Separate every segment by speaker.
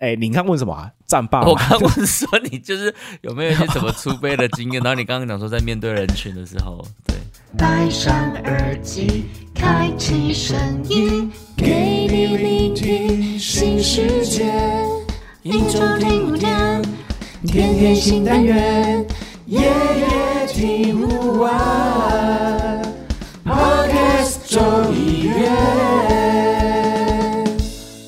Speaker 1: 哎、你刚问什么、啊？战霸
Speaker 2: 我
Speaker 1: 吗？
Speaker 2: 刚问说你就是有没有一些什么出杯的经验，然后你刚刚讲说在面对人群的时候，对，
Speaker 3: 戴上耳机，开启声音，给你聆听新世界。一周听五天，天天新单元，夜夜听不完。Podcast 周一月。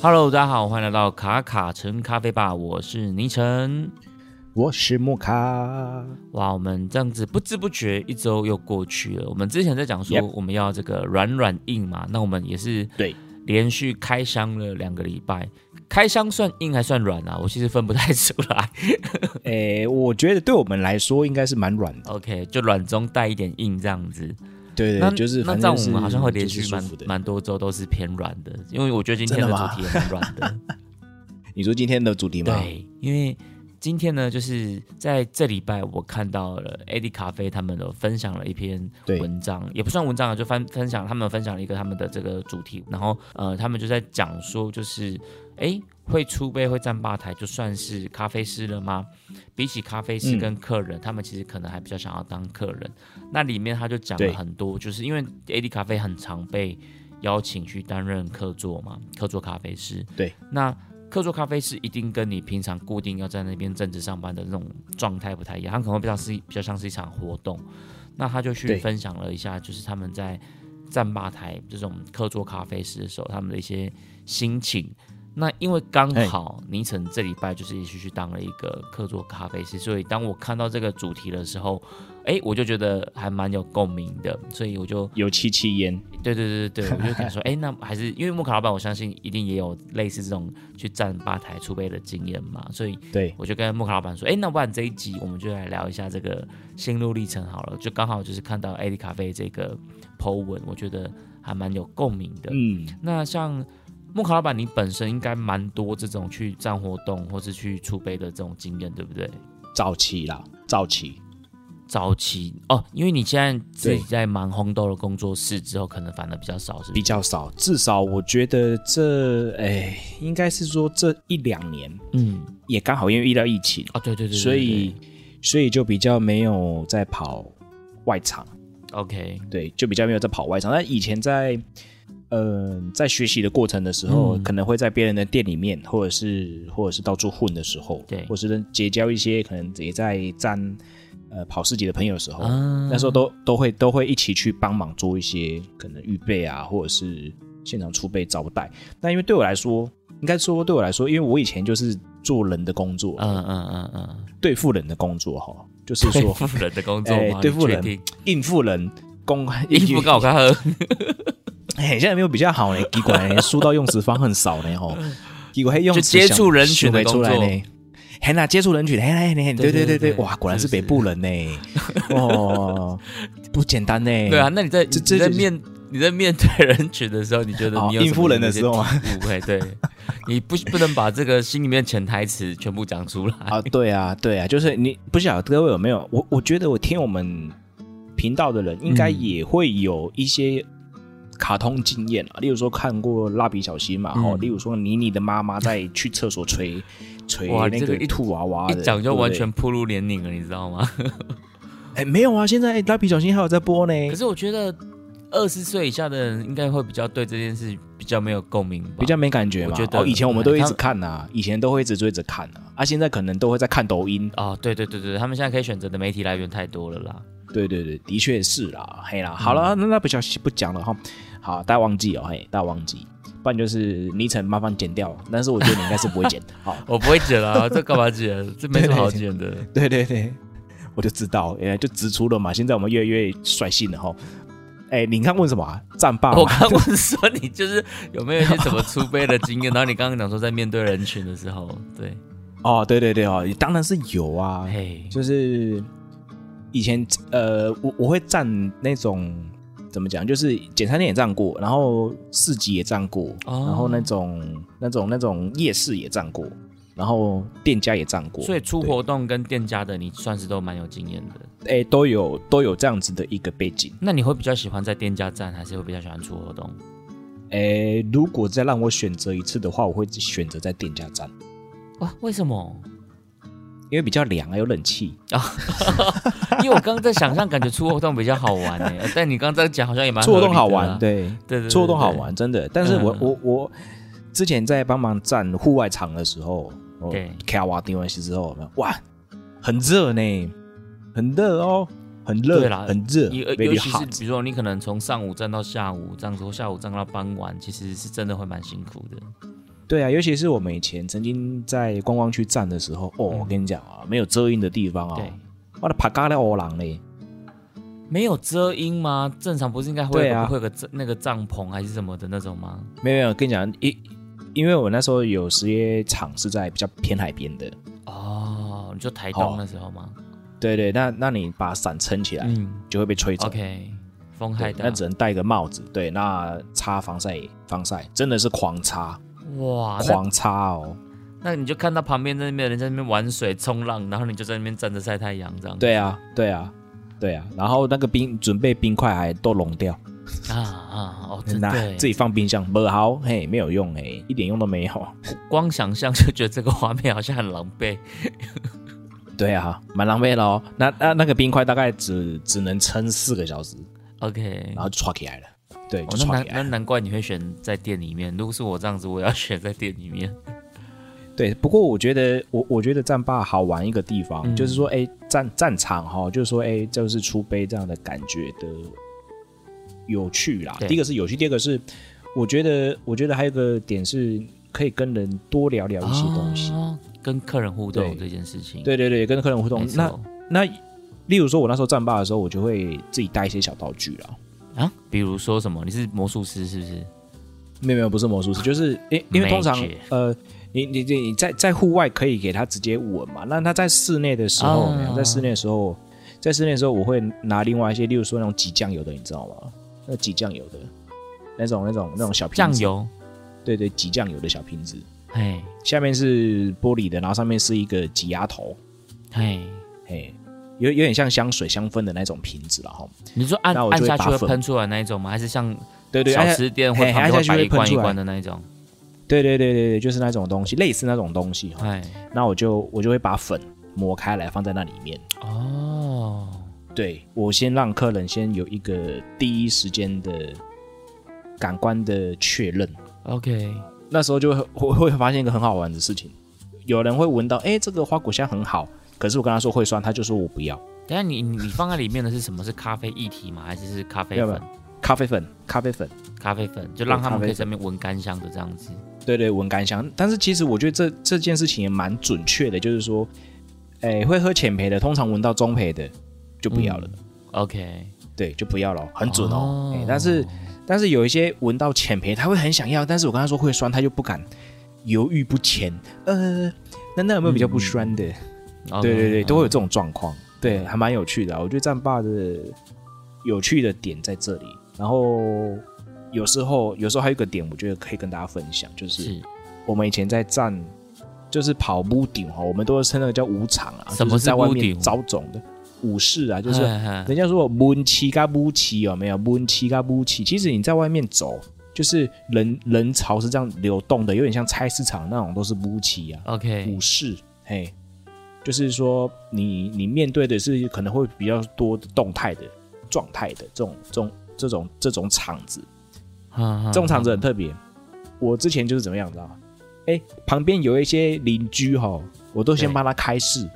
Speaker 2: Hello，大家好，欢迎来到卡卡城咖啡吧，我是倪晨。
Speaker 1: 我是木卡，
Speaker 2: 哇，我们这样子不知不觉一周又过去了。我们之前在讲说
Speaker 1: Yep
Speaker 2: 我们要这个软软硬嘛，那我们也是
Speaker 1: 对
Speaker 2: 连续开箱了两个礼拜。开箱算硬还算软啊？我其实分不太出来。
Speaker 1: 哎、我觉得对我们来说应该是蛮软的，
Speaker 2: OK，就软中带一点硬这样子。
Speaker 1: 对对
Speaker 2: 那
Speaker 1: 对，就是
Speaker 2: 那
Speaker 1: 反
Speaker 2: 这样
Speaker 1: 正
Speaker 2: 我
Speaker 1: 是
Speaker 2: 们好像会
Speaker 1: 就
Speaker 2: 连
Speaker 1: 是
Speaker 2: 续
Speaker 1: 舒
Speaker 2: 蛮
Speaker 1: 服的。
Speaker 2: 蛮多周都是偏软的，因为我觉得今天
Speaker 1: 真的
Speaker 2: 的
Speaker 1: 吗
Speaker 2: 主题也蛮软的。
Speaker 1: 你说今天的主题吗？
Speaker 2: 对，因为今天呢，就是在这礼拜我看到了 AD 咖啡他们有分享了一篇
Speaker 1: 对
Speaker 2: 文章，也不算文章啊，就分分享他们分享了一个他们的这个主题，然后呃，他们就在讲说，就是诶，会出杯会站吧台，就算是咖啡师了吗？比起咖啡师
Speaker 1: 嗯
Speaker 2: 跟客人，他们其实可能还比较想要当客人。那里面他就讲
Speaker 1: 对
Speaker 2: 了很多，就是因为 AD 咖啡很常被邀请去担任客座嘛，客座咖啡师。
Speaker 1: 对，
Speaker 2: 那客座咖啡师一定跟你平常固定要在那边正职上班的那种状态不太一样，他可能会比较是比较像是一场活动。那他就去
Speaker 1: 对
Speaker 2: 分享了一下，就是他们在站吧台这种客座咖啡师的时候，他们的一些心情。那因为刚
Speaker 1: 嘿
Speaker 2: 好倪晨这礼拜就是也去去当了一个客座咖啡师，所以当我看到这个主题的时候，哎，我就觉得还蛮有共鸣的，所以我就
Speaker 1: 有七七烟，
Speaker 2: 对对对对对，我就 想说，哎，那还是因为莫卡老板，我相信一定也有类似这种去站吧台出杯的经验嘛，所以
Speaker 1: 对，
Speaker 2: 我就跟莫卡老板说，哎，那不然这一集我们就来聊一下这个心路历程好了，就刚好就是看到艾迪咖啡这个 Po 文，我觉得还蛮有共鸣的。
Speaker 1: 嗯，
Speaker 2: 那像莫卡老板，你本身应该蛮多这种去站活动或是去出杯的这种经验，对不对？
Speaker 1: 早期啦，早期，
Speaker 2: 早期哦，因为你现在自
Speaker 1: 对
Speaker 2: 己在忙红豆的工作室之后，可能反而比较少，是不
Speaker 1: 比
Speaker 2: 是？
Speaker 1: 较少，至少我觉得这，哎、应该是说这一两年
Speaker 2: 嗯，
Speaker 1: 也刚好因为遇到疫情，
Speaker 2: 哦，对对对对
Speaker 1: 所以所以就比较没有在跑外场，
Speaker 2: 对 OK，
Speaker 1: 对，就比较没有在跑外场。但以前在呃在学习的过程的时候，
Speaker 2: 嗯
Speaker 1: 可能会在别人的店里面，或者是或者是到处混的时候，
Speaker 2: 对
Speaker 1: 或是结交一些可能也在站呃跑市集的朋友的时候，
Speaker 2: 啊
Speaker 1: 那时候都都会都会一起去帮忙做一些可能预备啊，或者是现场储备招待。那因为对我来说，应该说对我来说，因为我以前就是做人的工作，
Speaker 2: 嗯嗯嗯嗯，
Speaker 1: 对付人的工作哈， 就是说
Speaker 2: 对付人的工作
Speaker 1: 哎
Speaker 2: 吗？你
Speaker 1: 对付
Speaker 2: 确
Speaker 1: 人
Speaker 2: 定
Speaker 1: 应付人。公
Speaker 2: 衣服搞看喝，
Speaker 1: 哎，现在没有比较好呢，奇怪呢，书到用词方很少呢吼，奇怪用
Speaker 2: 嗯就
Speaker 1: 词
Speaker 2: 接
Speaker 1: 想
Speaker 2: 触人群的
Speaker 1: 想不出
Speaker 2: 工
Speaker 1: 来
Speaker 2: 作
Speaker 1: 呢。嘿啦，接触人群，嘿啦嘿啦，嘿啦对对
Speaker 2: 对
Speaker 1: 对
Speaker 2: 对
Speaker 1: 对，
Speaker 2: 对
Speaker 1: 哇，果然
Speaker 2: 是
Speaker 1: 是
Speaker 2: 不是
Speaker 1: 北部 人呢，哦，不简单呢。
Speaker 2: 对啊。，那你在
Speaker 1: 哎这
Speaker 2: 你
Speaker 1: 这
Speaker 2: 在
Speaker 1: 就是
Speaker 2: 面你在面对人群的时候，你觉得
Speaker 1: 哦
Speaker 2: 你有什么
Speaker 1: 应付人的时候吗
Speaker 2: 样一些体悟会 对，你不不能把这个心里面潜台词全部讲出来。
Speaker 1: 啊，对啊，对啊，就是你不晓得各位有没有？我我觉得我听我们频道的人应该
Speaker 2: 嗯
Speaker 1: 也会有一些卡通经验啊，例如说看过《蜡笔小新》嘛，哦，
Speaker 2: 嗯
Speaker 1: 例如说妮妮的妈妈在去厕所捶捶
Speaker 2: 哇
Speaker 1: 那
Speaker 2: 这个
Speaker 1: 个
Speaker 2: 一
Speaker 1: 兔娃娃
Speaker 2: 一
Speaker 1: 的
Speaker 2: 讲就
Speaker 1: 对不
Speaker 2: 完
Speaker 1: 对
Speaker 2: 全铺路连拧了，你知道吗？
Speaker 1: 哎，没有啊，现在哎蜡笔小新还有在播呢，
Speaker 2: 可是我觉得二十岁以下的人应该会比较对这件事比较没有共鸣吧，
Speaker 1: 比较没感觉嘛。
Speaker 2: 我觉得
Speaker 1: 哦，以前我们都
Speaker 2: 哎
Speaker 1: 一
Speaker 2: 他
Speaker 1: 直看啊，以前都会一直追着看啊，啊，现在可能都会在看抖音。
Speaker 2: 哦，对对对对，他们现在可以选择的媒体来源太多了啦。
Speaker 1: 对对对，的确是啦，嘿啦，好了，那蜡笔小新不讲了哈，好，大家忘记哦，嘿，大家忘记，不然就是昵称麻烦剪掉，但是我觉得你应该是不会剪，好，
Speaker 2: 我不会剪啊，这干嘛剪？这没什么好剪的。
Speaker 1: 对对对，我就知道，原来就直出了嘛。现在我们越来越率性了哈。哎，你刚问什么、啊？战霸
Speaker 2: 我
Speaker 1: 吗？
Speaker 2: 刚问说你就是有没有一些什么出杯的经验，然后你刚刚讲说在面对人群的时候，对，
Speaker 1: 哦，对对对哦，当然是有啊，
Speaker 2: 嘿，
Speaker 1: 就是以前呃，我我会站那种怎么讲，就是简餐店也站过，然后市集也站过，
Speaker 2: 哦
Speaker 1: 然后那种那种那种夜市也站过，然后店家也站过，
Speaker 2: 所以出
Speaker 1: 对
Speaker 2: 活动跟店家的你算是都蛮有经验的。
Speaker 1: 哎、都有都有这样子的一个背景。
Speaker 2: 那你会比较喜欢在店家站，还是会比较喜欢出活动？
Speaker 1: 哎、如果再让我选择一次的话，我会选择在店家站，
Speaker 2: 哇，为什么？
Speaker 1: 因为比较凉啊，有冷气。
Speaker 2: 因为我刚刚在想象，感觉出活动比较好玩哎、但你刚刚在讲好像也蛮
Speaker 1: 做
Speaker 2: 合理
Speaker 1: 动好
Speaker 2: 的啦
Speaker 1: 玩，对，
Speaker 2: 对对对，
Speaker 1: 做动好
Speaker 2: 对。
Speaker 1: 玩，真的。但是我、
Speaker 2: 嗯
Speaker 1: 我我之前在帮忙站户外场的时候，我
Speaker 2: 对
Speaker 1: 开瓦定完戏之后，哇，很热呢，很热哦，很
Speaker 2: 对
Speaker 1: 热
Speaker 2: 啦，
Speaker 1: 很热
Speaker 2: 尤尤
Speaker 1: ，very
Speaker 2: 其是
Speaker 1: hot。
Speaker 2: 比如说你可能从上午站到下午这样子，或下午站到傍晚，其实是真的会蛮辛苦的。
Speaker 1: 对啊，尤其是我们以前曾经在观光区站的时候，哦，我跟你讲啊，没有遮阴的地方啊
Speaker 2: 嗯对，，
Speaker 1: 我的爬嘎的欧狼嘞，
Speaker 2: 没有遮阴吗？正常不是应该会有
Speaker 1: 对啊
Speaker 2: 会有个遮那个帐篷还是什么的那种吗？
Speaker 1: 没有没有，跟你讲，因因为我那时候有实业场是在比较偏海边的，
Speaker 2: 哦，你就台
Speaker 1: 好
Speaker 2: 东的时候吗？
Speaker 1: 对对，那那你把伞撑起来、
Speaker 2: 嗯
Speaker 1: 就会被吹走。
Speaker 2: ，OK，风
Speaker 1: 对
Speaker 2: 太大
Speaker 1: 那，只能戴个帽子。对，那擦防晒防晒真的是狂擦，
Speaker 2: 哇，啊那
Speaker 1: 狂擦哦。
Speaker 2: 那你就看到旁边在那边人在那边玩水冲浪，然后你就在那边站着晒太阳这样。
Speaker 1: 对啊，对啊，对啊。然后那个冰准备冰块还都融掉，
Speaker 2: 啊啊，哦，真
Speaker 1: 那
Speaker 2: 的
Speaker 1: 自己放冰箱不好，嘿，没有用哎，一点用都没有。
Speaker 2: 光想象就觉得这个画面好像很狼狈。
Speaker 1: 对啊，蛮浪费喽。那那那个冰块大概只只能撑四个小时，
Speaker 2: OK，
Speaker 1: 然后就啊刷起来了。对，
Speaker 2: 哦
Speaker 1: 就、
Speaker 2: 那
Speaker 1: 刷
Speaker 2: 难
Speaker 1: 起来
Speaker 2: 那
Speaker 1: 了。
Speaker 2: 难怪你会选在店里面。如果是我这样子，我也要选在店里面。
Speaker 1: 对，不过我觉得我我觉得战霸好玩一个地方，
Speaker 2: 嗯
Speaker 1: 就是说，哎，战战场哈、就是说，哎，就是出杯这样的感觉的有趣啦。
Speaker 2: 对
Speaker 1: 第一个是有趣，第二个是我觉得我觉得还有一个点是可以跟人多聊聊一些东西。
Speaker 2: 哦跟客人互动
Speaker 1: 对
Speaker 2: 这件事情。
Speaker 1: 对对对，跟客人互动
Speaker 2: 没。错，
Speaker 1: 那那例如说，我那时候战霸的时候，我就会自己带一些小道具啦。
Speaker 2: 啊，比如说什么？你是魔术师是不是？
Speaker 1: 没有没有，不是魔术
Speaker 2: 啊
Speaker 1: 师，就是因因为通常
Speaker 2: Magic
Speaker 1: 呃，你你你你在在户外可以给他直接吻嘛，那他在室内的时候，
Speaker 2: 啊
Speaker 1: 没有在室内的时候，在室内的时候，我会拿另外一些，例如说那种挤酱油的，你知道吗？那挤酱油的那种那种那种小瓶
Speaker 2: 酱
Speaker 1: 子，
Speaker 2: 油，
Speaker 1: 对对，挤酱油的小瓶子，
Speaker 2: 嘿，
Speaker 1: 下面是玻璃的，然后上面是一个挤压头，
Speaker 2: 嘿，
Speaker 1: 嘿，有有点像香水香氛的那种瓶子了哈。
Speaker 2: 你说按
Speaker 1: 那我就
Speaker 2: 按
Speaker 1: 会
Speaker 2: 下去
Speaker 1: 把
Speaker 2: 会
Speaker 1: 粉
Speaker 2: 喷出来那一种吗？还是像
Speaker 1: 对对，
Speaker 2: 小
Speaker 1: 而且
Speaker 2: 吃店会
Speaker 1: 嘿
Speaker 2: 旁
Speaker 1: 按
Speaker 2: 边
Speaker 1: 下
Speaker 2: 会
Speaker 1: 去
Speaker 2: 摆
Speaker 1: 会喷
Speaker 2: 一罐一
Speaker 1: 出来
Speaker 2: 罐的那一种？
Speaker 1: 对对对对对，就是那种东西，类似那种东西哈。
Speaker 2: 哎，
Speaker 1: 那我就我就会把粉磨开来放在那里面。
Speaker 2: 哦，
Speaker 1: 对我先让客人先有一个第一时间的感官的确认，
Speaker 2: OK，
Speaker 1: 那时候就会会会发现一个很好玩的事情，有人会闻到，哎、这个花果香很好，可是我跟他说会酸，他就说我不要，
Speaker 2: 等一下你你你放在里面的是什么？是咖啡液体吗？还是是咖啡
Speaker 1: 要不
Speaker 2: 粉
Speaker 1: 要？咖啡粉，咖啡粉，
Speaker 2: 咖啡粉就让他们
Speaker 1: 咖
Speaker 2: 可
Speaker 1: 啡
Speaker 2: 以在那边闻干香的这样子。
Speaker 1: 对对，闻干香。但是其实我觉得这这件事情也蛮准确的，就是说，哎、会喝浅焙的，通常闻到中焙的就不要了，
Speaker 2: OK，
Speaker 1: 对，就不要了，很准哦。
Speaker 2: 哦
Speaker 1: 哎但是但是有一些闻到浅培，他会很想要，但是我跟他说会酸，他就不敢，犹豫不前。呃，那那有没有比较
Speaker 2: 嗯
Speaker 1: 不酸的？
Speaker 2: OK，
Speaker 1: 对对对，
Speaker 2: 嗯
Speaker 1: 都会有这种状况，对，还蛮有趣的啊、我觉得战霸的有趣的点在这里，然后有时候有时候还有一个点，我觉得可以跟大家分享，就是
Speaker 2: 是
Speaker 1: 我们以前在站。就是跑屋顶哈，我们都是称那个叫舞场啊，
Speaker 2: 什么
Speaker 1: 就是在外
Speaker 2: 屋
Speaker 1: 面
Speaker 2: 顶
Speaker 1: 招总的武士啊，就是
Speaker 2: 哎哎
Speaker 1: 人家说闷气嘎不气有没有？闷气嘎不气，其实你在外面走，就是人人潮是这样流动的，有点像菜市场那种，都是不气啊，
Speaker 2: OK，
Speaker 1: 股市，嘿，就是说你你面对的是可能会比较多的动态的状态的这种这种这种这种场子，这
Speaker 2: 这
Speaker 1: 种场子很特别。我之前就是怎么样，你知道吗？哎、旁边有一些邻居哈，我都先
Speaker 2: 对
Speaker 1: 帮他开市，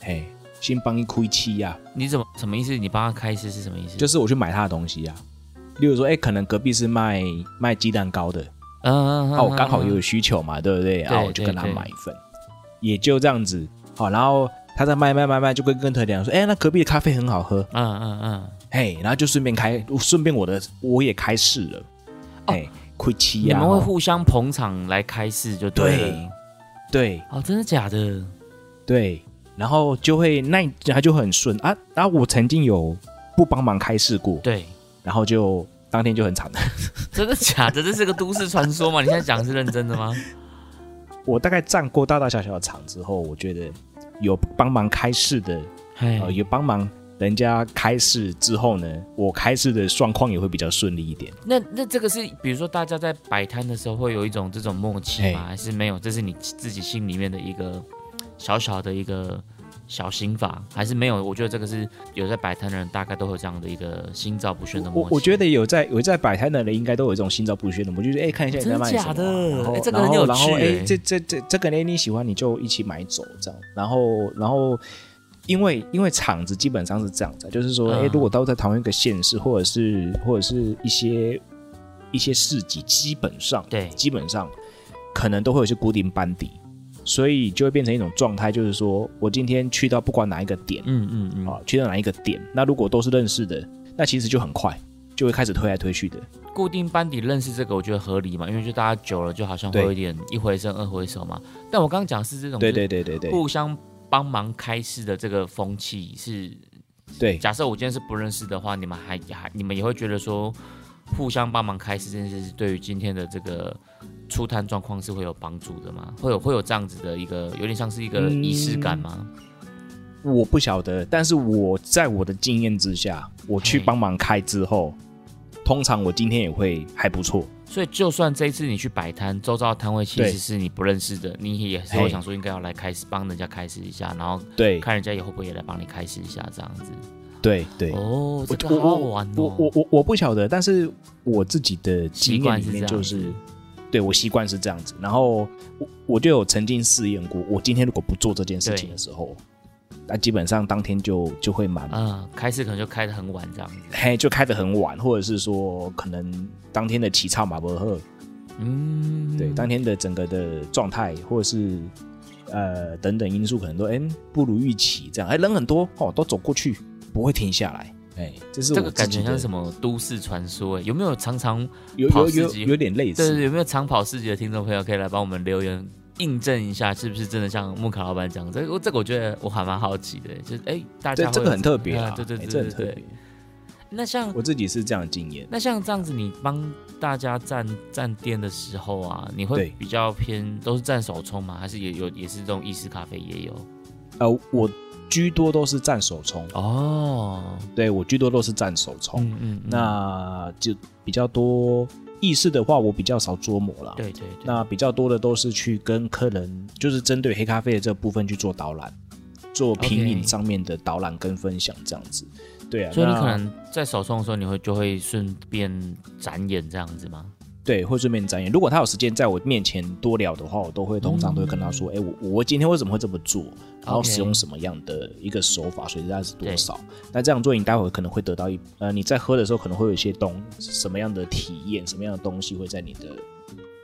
Speaker 1: 嘿，先帮你啊亏漆呀、
Speaker 2: 你怎么什么意思？你帮他开市是什么意思？
Speaker 1: 就是是我去买他的东西啊。例如说，哎、可能隔壁是卖卖鸡蛋糕的，
Speaker 2: 嗯嗯嗯，
Speaker 1: 啊，我刚好
Speaker 2: 嗯
Speaker 1: 又有需求嘛，对不对？啊，
Speaker 2: 对
Speaker 1: 我就跟他
Speaker 2: 对对
Speaker 1: 买一份，也就这样子。好，然后他在卖卖卖卖，就跟跟特点说，哎、那隔壁的咖啡很好喝，
Speaker 2: 嗯嗯嗯，
Speaker 1: 嘿，然后就顺便开，顺便我的我也开市了，哎、亏七
Speaker 2: 哦你
Speaker 1: 呀，
Speaker 2: 们会
Speaker 1: 哦
Speaker 2: 互相捧场来开市就对了。
Speaker 1: 对对
Speaker 2: 哦，真的假的？
Speaker 1: 对，然后就会那一他就很顺啊啊！我曾经有不帮忙开市过，
Speaker 2: 对，
Speaker 1: 然后就当天就很惨
Speaker 2: 真的假的？这是个都市传说吗？你现在讲的是认真 的吗？
Speaker 1: 我大概站过大大小小的场之后，我觉得有帮忙开市的，
Speaker 2: 哎
Speaker 1: 呃，有帮忙人家开市之后呢，我开市的状况也会比较顺利一点。
Speaker 2: 那那这个是，比如说大家在摆摊的时候会有一种这种默契吗？
Speaker 1: 哎
Speaker 2: 还是没有？这是你自己心里面的一个小小的一个小心法，还是没有？我觉得这个是有在摆摊的人大概都会有这样的一个心照不宣的默
Speaker 1: 我
Speaker 2: 契。
Speaker 1: 我觉得有在有在摆摊的人，应该都有这种心照不宣的。我就是哎、看一下你在卖什么啊，
Speaker 2: 真的假的
Speaker 1: 然后
Speaker 2: 哎这个
Speaker 1: 然
Speaker 2: 很有
Speaker 1: 后然后哎、
Speaker 2: 趣哎
Speaker 1: 这这这这个呢你喜欢你就一起买走这样，然后然后。因为因为厂子基本上是这样子啊，就是说，哎、
Speaker 2: 嗯
Speaker 1: 如果都在同一个县市，或者是或者是一些一些市集，基本上
Speaker 2: 对
Speaker 1: 基本上可能都会有一些固定班底，所以就会变成一种状态，就是说我今天去到不管哪一个点，
Speaker 2: 嗯嗯嗯，
Speaker 1: 啊，去到哪一个点，那如果都是认识的，那其实就很快就会开始推来推去的。
Speaker 2: 固定班底认识这个，我觉得合理嘛，因为就大家久了，就好像会有
Speaker 1: 对
Speaker 2: 一点一回生二回熟嘛。但我刚刚讲是这种，
Speaker 1: 对对对对对
Speaker 2: 互相帮忙开市的这个风气是，
Speaker 1: 对
Speaker 2: 假设我今天是不认识的话，你们还还你们也会觉得说，互相帮忙开市这件事是对于今天的这个出摊状况是会有帮助的吗？会有会有这样子的一个有点像是一个仪式感吗？
Speaker 1: 嗯我不晓得，但是我在我的经验之下，我去
Speaker 2: 嘿
Speaker 1: 帮忙开之后，通常我今天也会还不错。
Speaker 2: 所以就算这一次你去摆摊，周遭的摊位其
Speaker 1: 对
Speaker 2: 实是你不认识的，你也是
Speaker 1: 嘿
Speaker 2: 会想说应该要来开始帮人家开始一下，然后
Speaker 1: 对
Speaker 2: 看人家也会不会也来帮你开始一下这样子。
Speaker 1: 对对，
Speaker 2: 哦，这个
Speaker 1: 我
Speaker 2: 好好
Speaker 1: 我
Speaker 2: 玩哦！
Speaker 1: 我我我我不晓得，但是我自己的
Speaker 2: 习
Speaker 1: 经验
Speaker 2: 惯
Speaker 1: 里
Speaker 2: 是这
Speaker 1: 面
Speaker 2: 样子，
Speaker 1: 就是，对我习惯是这样子。然后我我就有曾经试验过，我今天如果不做这件事情
Speaker 2: 对
Speaker 1: 的时候，那基本上当天就就会满
Speaker 2: 嗯，开市可能就开得很晚这样子。
Speaker 1: 嘿，就开得很晚，或者是说可能当天的起草马伯赫，
Speaker 2: 嗯，
Speaker 1: 对、当天的整个的状态，或者是呃等等因素，可能都哎、不如预期，这样哎人很多哦，都走过去不会停下来，哎，这是我
Speaker 2: 这个感觉像什
Speaker 1: 么？
Speaker 2: 么都市传说哎，有没有常常
Speaker 1: 有
Speaker 2: 跑
Speaker 1: 有
Speaker 2: 市
Speaker 1: 有
Speaker 2: 集
Speaker 1: 有点类
Speaker 2: 对
Speaker 1: 似，
Speaker 2: 对有没有长跑市集的听众朋友可以来帮我们留言印证一下，是不是真的像木卡老板讲这个？这个我觉得我还蛮好奇的，就是哎，大
Speaker 1: 这
Speaker 2: 家
Speaker 1: 这
Speaker 2: 会
Speaker 1: 个
Speaker 2: 有
Speaker 1: 很特别啦，
Speaker 2: 啊对对
Speaker 1: 哎
Speaker 2: 对
Speaker 1: 这
Speaker 2: 对
Speaker 1: 很特
Speaker 2: 对
Speaker 1: 别。
Speaker 2: 那像
Speaker 1: 我自己是这样的经验，
Speaker 2: 那像这样子，你帮大家站站店的时候啊，你会
Speaker 1: 对
Speaker 2: 比较偏都是站手冲吗？还是也有也是这种意式咖啡也有？
Speaker 1: 呃，我居多都是站手冲，
Speaker 2: 哦，
Speaker 1: 对我居多都是站手冲，
Speaker 2: 嗯嗯，嗯
Speaker 1: 那就比较多意式的话，我比较少琢磨啦。
Speaker 2: 对对对，
Speaker 1: 那比较多的都是去跟客人，就是针对黑咖啡的这部分去做导览，做品
Speaker 2: OK
Speaker 1: 饮上面的导览跟分享这样子。对啊，
Speaker 2: 所以你
Speaker 1: 那
Speaker 2: 可能在手冲的时候，你会就会顺便展演这样子吗？
Speaker 1: 对会顺便展演。如果他有时间在我面前多聊的话，我都会通常都会跟他说，哎、我我今天为什么会这么做，然后
Speaker 2: 嗯 OK
Speaker 1: 使用什么样的一个手法，水质量是多
Speaker 2: 对
Speaker 1: 少。那这样做，你待会可能会得到一呃，你在喝的时候可能会有一些东什么样的体验，什么样的东西会在你的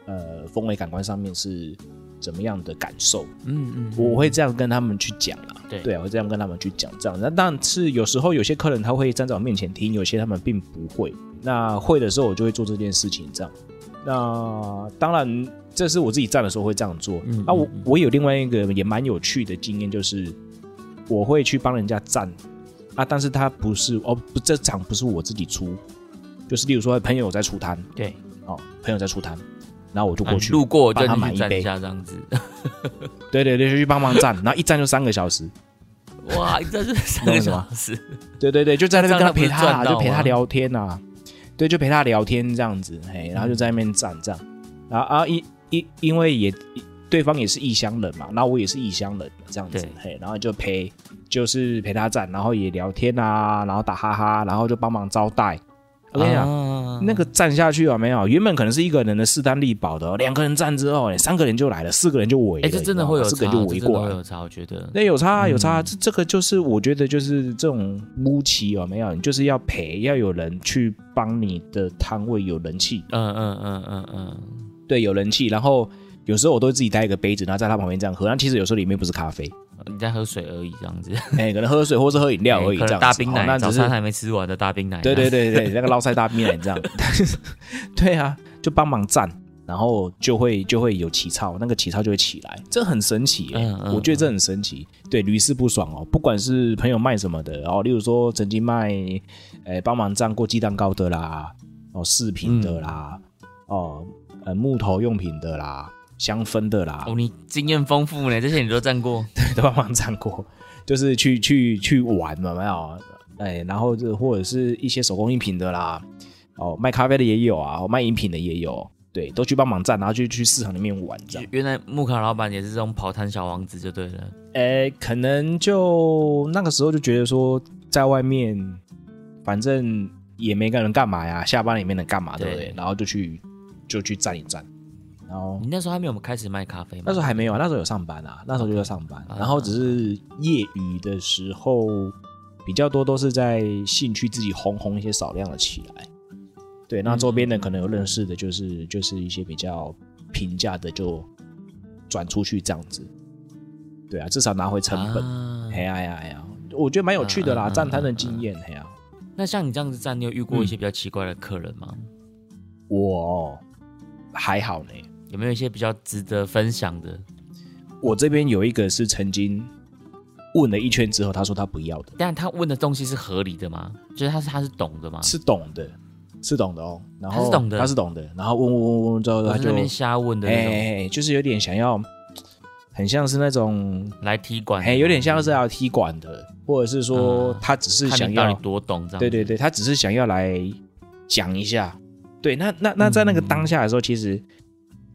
Speaker 1: 呃风味感官上面是怎么样的感受。
Speaker 2: 嗯嗯，
Speaker 1: 我会这样跟他们去讲啦。
Speaker 2: 对
Speaker 1: 啊，我会这样跟他们去讲这样。那但是有时候有些客人他会站在我面前听，有些他们并不会。那会的时候我就会做这件事情这样。那当然，这是我自己站的时候会这样做。
Speaker 2: 嗯
Speaker 1: 那我
Speaker 2: 嗯嗯
Speaker 1: 我有另外一个也蛮有趣的经验，就是我会去帮人家站啊，但是他不是哦，不，这场不是我自己出，就是例如说朋友在出摊
Speaker 2: 对，
Speaker 1: 哦，朋友在出摊，然后我就
Speaker 2: 啊
Speaker 1: 过
Speaker 2: 你
Speaker 1: 去，
Speaker 2: 路过就
Speaker 1: 帮他买
Speaker 2: 进去
Speaker 1: 一
Speaker 2: 站
Speaker 1: 杯
Speaker 2: 一下这样子，
Speaker 1: 对对对，就去帮忙站，然后一站就三个小时。
Speaker 2: 哇，这是三
Speaker 1: 懂
Speaker 2: 个
Speaker 1: 了
Speaker 2: 小
Speaker 1: 吗
Speaker 2: 时，
Speaker 1: 对对对，就在那边跟他陪他、
Speaker 2: 这样他
Speaker 1: 啊，
Speaker 2: 不是赚到吗
Speaker 1: 就陪他聊天呐、啊，对，就陪他聊天这样子，嘿，然后就在那边站这样，然后啊，因因因为也对方也是异乡人嘛，那我也是异乡人这样子
Speaker 2: 对，
Speaker 1: 嘿，然后就陪就是陪他站，然后也聊天啊，然后打哈哈，然后就帮忙招待。我跟你讲，
Speaker 2: 啊
Speaker 1: 那个站下去啊，没有，原本可能是一个人的势单力薄的哦，两个人站之后，哎三个人就来了，四个人就围了，
Speaker 2: 哎，这真
Speaker 1: 你知
Speaker 2: 的
Speaker 1: 道吗
Speaker 2: 会有
Speaker 1: 四
Speaker 2: 差，
Speaker 1: 个
Speaker 2: 这
Speaker 1: 人就围
Speaker 2: 真的
Speaker 1: 过
Speaker 2: 会
Speaker 1: 来，
Speaker 2: 有差，我觉得
Speaker 1: 那有差啊有差啊，这、这个就是我觉得就是这种乌期有没有？你就是要陪，要有人去帮你的摊位有人气，
Speaker 2: 嗯嗯嗯嗯嗯，
Speaker 1: 对，有人气。然后有时候我都会自己带一个杯子，然后在他旁边这样喝。但其实有时候里面不是咖啡，
Speaker 2: 你在喝水而已这样子，
Speaker 1: 哎、可能喝水或是喝饮料而已，
Speaker 2: 哎可
Speaker 1: 这
Speaker 2: 能
Speaker 1: 样
Speaker 2: 大
Speaker 1: 子
Speaker 2: 冰
Speaker 1: 哦
Speaker 2: 奶，
Speaker 1: 那
Speaker 2: 早
Speaker 1: 只是
Speaker 2: 餐还没吃完的大冰奶，
Speaker 1: 对对对对， 那个捞菜大便这样， 对啊，就帮忙站，然后就会就会有起操，那个起操就会起来，这很神奇、耶
Speaker 2: 嗯嗯
Speaker 1: 我觉得这很神奇。对，屡试不爽哦，不管是朋友卖什么的，哦，例如说曾经卖，呃，帮忙站过鸡蛋糕的啦，哦，饰品的啦，
Speaker 2: 嗯
Speaker 1: 哦，呃，木头用品的啦，香氛的啦，
Speaker 2: 哦，你经验丰富呢，这些你都站过，
Speaker 1: 都帮忙站过，就是去去去玩嘛，有没有？哎，然后这或者是一些手工艺品的啦，哦，卖咖啡的也有啊，哦卖饮品的也有，对，都去帮忙站，然后就去市场里面玩 这样。
Speaker 2: 原来木卡老板也是这种跑摊小王子就对了，
Speaker 1: 哎，可能就那个时候就觉得说，在外面反正也没个人干嘛呀，下班了也没人干嘛，对不对
Speaker 2: 对？
Speaker 1: 然后就去就去站一站，然后
Speaker 2: 你那时候还没有开始卖咖啡吗？
Speaker 1: 那时候还没有，那时候有上班啊，那时候就在上班，
Speaker 2: 啊
Speaker 1: 然后只是业余的时候比较多都是在兴趣自己红红一些少量的起来。对，那周
Speaker 2: 嗯
Speaker 1: 边的可能有认识的，就是就是一些比较平价的就转出去这样子。对啊，至少拿回成本。
Speaker 2: 啊
Speaker 1: 哎呀哎呀哎呀，我觉得蛮有趣的啦，
Speaker 2: 嗯嗯嗯
Speaker 1: 站摊的经验。哎呀，
Speaker 2: 那像你这样子站，你有遇过一些比较奇怪的客人吗？
Speaker 1: 嗯我哦还好呢。
Speaker 2: 有没有一些比较值得分享的？
Speaker 1: 我这边有一个是曾经问了一圈之后，他说他不要的。
Speaker 2: 但他问的东西是合理的吗？就是他是他是懂的吗？
Speaker 1: 是懂的，是懂的哦。然后
Speaker 2: 啊他是懂的
Speaker 1: 他是懂的。然后问问问问之后，
Speaker 2: 我
Speaker 1: 他
Speaker 2: 是
Speaker 1: 就
Speaker 2: 那边瞎问的
Speaker 1: 哎
Speaker 2: 那种，
Speaker 1: 哎，哎就是有点想要，很像是那种，
Speaker 2: 来踢馆的，
Speaker 1: 哎，有点像是要踢馆的，或者是说
Speaker 2: 啊
Speaker 1: 他只是
Speaker 2: 看
Speaker 1: 想
Speaker 2: 你到
Speaker 1: 要
Speaker 2: 底，多懂这样。
Speaker 1: 对对对，他只是想要来讲一下。对，那那那在那个
Speaker 2: 嗯
Speaker 1: 当下的时候，其实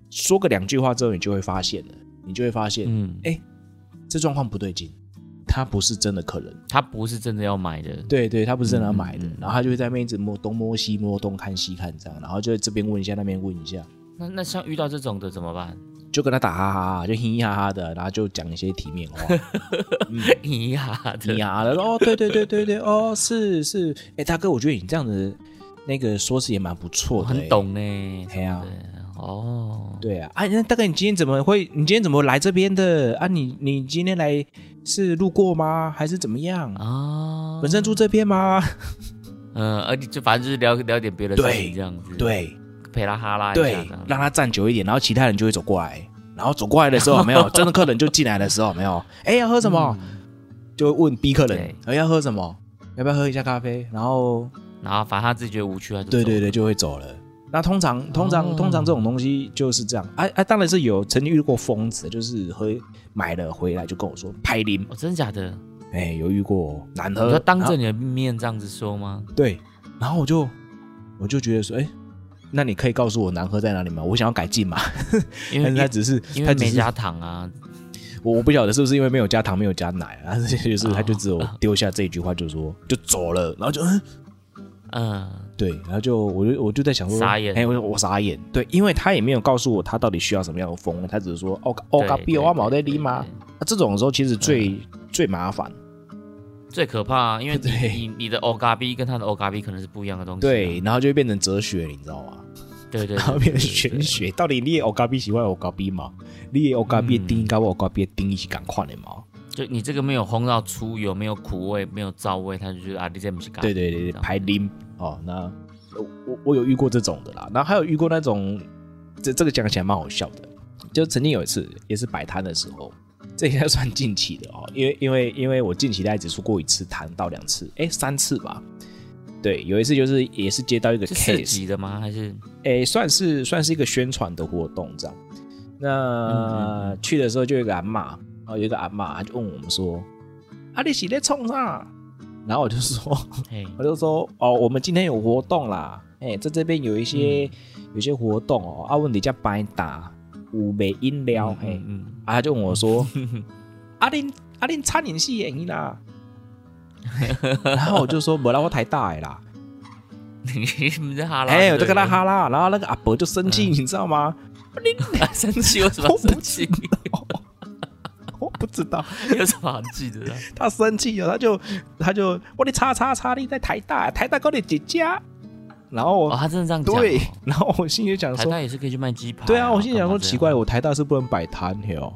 Speaker 1: 说个两句话之后，你就会发现了，你就会发现
Speaker 2: 嗯，
Speaker 1: 这状况不对劲，他不是真的客人。
Speaker 2: 他不是真的要买的，
Speaker 1: 对对，他不是在那买的，
Speaker 2: 嗯嗯嗯
Speaker 1: 然后他就会在那边一直摸东摸西摸，东看西看这样，然后就这边问一下，那边问一下，
Speaker 2: 那那像遇到这种的怎么办？
Speaker 1: 就跟他打哈哈，就嘻嘻哈哈的，然后就讲一些体面 话，
Speaker 2: 咿呀
Speaker 1: 嘻嘻
Speaker 2: 的，
Speaker 1: 哈哈的，哦，对对对对对，哦，是是，哎，大哥，我觉得你这样子那个说辞也蛮不错
Speaker 2: 我
Speaker 1: 的，
Speaker 2: 很
Speaker 1: 诶。
Speaker 2: 懂呢。
Speaker 1: 哎呀
Speaker 2: 什么的，哦，
Speaker 1: 对啊，啊，那大哥，你今天怎么会？你今天怎么来这边的？啊，你你今天来是路过吗？还是怎么样？
Speaker 2: 啊，
Speaker 1: 本身住这边吗？
Speaker 2: 嗯，而且就反正就是聊聊点别的事情
Speaker 1: 对
Speaker 2: 这样子，，
Speaker 1: 对，
Speaker 2: 陪他哈拉一
Speaker 1: 对
Speaker 2: 下这样，子
Speaker 1: 让他站久一点，然后其他人就会走过来，然后走过来的时候，有没有真的客人就进来的时候，有没 有，哎，要喝什么？就会问 B 客人
Speaker 2: 嗯对，
Speaker 1: 哎，要喝什么？要不要喝一下咖啡？然后，
Speaker 2: 然后反正他自己觉得无趣，他就
Speaker 1: 对
Speaker 2: 走
Speaker 1: 对对，就会走了。那通常通常、
Speaker 2: 哦
Speaker 1: 通常这种东西就是这样，哎、哎、当然是有曾经遇过疯子，就是喝买了回来就跟我说拍零，
Speaker 2: 哦，真的假的？
Speaker 1: 哎、有遇过难
Speaker 2: 你
Speaker 1: 喝，
Speaker 2: 说当
Speaker 1: 然后啊
Speaker 2: 着你的面这样子说吗？
Speaker 1: 对，然后我就我就觉得说，哎、那你可以告诉我难喝在哪里吗？我想要改进嘛，
Speaker 2: 因
Speaker 1: 但
Speaker 2: 为
Speaker 1: 是他只是
Speaker 2: 因
Speaker 1: 他
Speaker 2: 为
Speaker 1: 只
Speaker 2: 没
Speaker 1: 是
Speaker 2: 加糖啊，
Speaker 1: 我我不晓得是不是因为没有加糖没有加奶啊， 就是
Speaker 2: 哦
Speaker 1: 他就只有丢下这一句话就说就走了，然后就嗯
Speaker 2: 嗯，
Speaker 1: 对，然后就我就我就在想说
Speaker 2: 傻眼
Speaker 1: 哎我我傻眼，对，因为他也没有告诉我他到底需要什么样的风，他只是说哦哦
Speaker 2: 对
Speaker 1: 嘎比欧啊毛在
Speaker 2: 对
Speaker 1: 里吗
Speaker 2: 对？对嗯
Speaker 1: 那这种时候其实最最麻烦，
Speaker 2: 最可怕啊，因为你
Speaker 1: 对
Speaker 2: 你你的 O 嘎 B 跟他的 O 嘎 B 可能是不一样的东西啊。
Speaker 1: 对，然后就会变成哲学，你知道吗？
Speaker 2: 对对，
Speaker 1: 然后
Speaker 2: 对
Speaker 1: 变成
Speaker 2: 对对
Speaker 1: 玄学，到底你也哦嘎比喜欢哦嘎比吗？你也哦嘎
Speaker 2: 嗯
Speaker 1: 比丁跟我哦嘎比丁一起赶快的吗？
Speaker 2: 就你这个没有烘到出油，没有苦味，没有燥味，他就觉得啊，你这不是嘎。
Speaker 1: 对对对对，
Speaker 2: 这样
Speaker 1: 排零哦。那呃我我有遇过这种的啦，然后还有遇过那种，这这个讲起来蛮好笑的，就曾经有一次也是摆摊的时候，这应该算近期的哦，因为因为因为我近期大概只出过一次摊到两次，哎，三次吧。对，有一次就是也是接到一个
Speaker 2: 是四
Speaker 1: case，
Speaker 2: 级的吗？还是
Speaker 1: 诶，算是算是一个宣传的活动这样。
Speaker 2: 嗯
Speaker 1: 那、去的时候就有一个阿嬷，然后有一个阿嬷，她就问我们说：“啊，你是在冲啥？”然后我就说：“
Speaker 2: 嘿
Speaker 1: 我就说哦，我们今天有活动啦，哎、在这边有一
Speaker 2: 嗯
Speaker 1: 些、有些活动哦，啊，问你叫白打五杯饮料，嘿、
Speaker 2: 嗯嗯，
Speaker 1: 啊，他就问我 说，啊阿林阿林差点戏演啦，啊然后我就说没啦，我太大的啦，
Speaker 2: 你们在哈拉？
Speaker 1: 哎、
Speaker 2: 对
Speaker 1: 我
Speaker 2: 不
Speaker 1: 就
Speaker 2: 对嗯
Speaker 1: 跟他哈拉，然后那个阿伯就生气，你知道吗？
Speaker 2: 生气，有什么好生气？
Speaker 1: 我不知道，
Speaker 2: 有什么好记得的？
Speaker 1: 他生气了，他就他就我的叉叉叉你在台大，台大高的姐姐，然后我、
Speaker 2: 哦，他真的这样讲哦。
Speaker 1: 对，然后我心里就想
Speaker 2: 台
Speaker 1: 说啊哎
Speaker 2: 大。也是可以去卖鸡排。
Speaker 1: 对啊，我心里想说奇怪，
Speaker 2: 干嘛
Speaker 1: 我台大是不能摆摊的哦。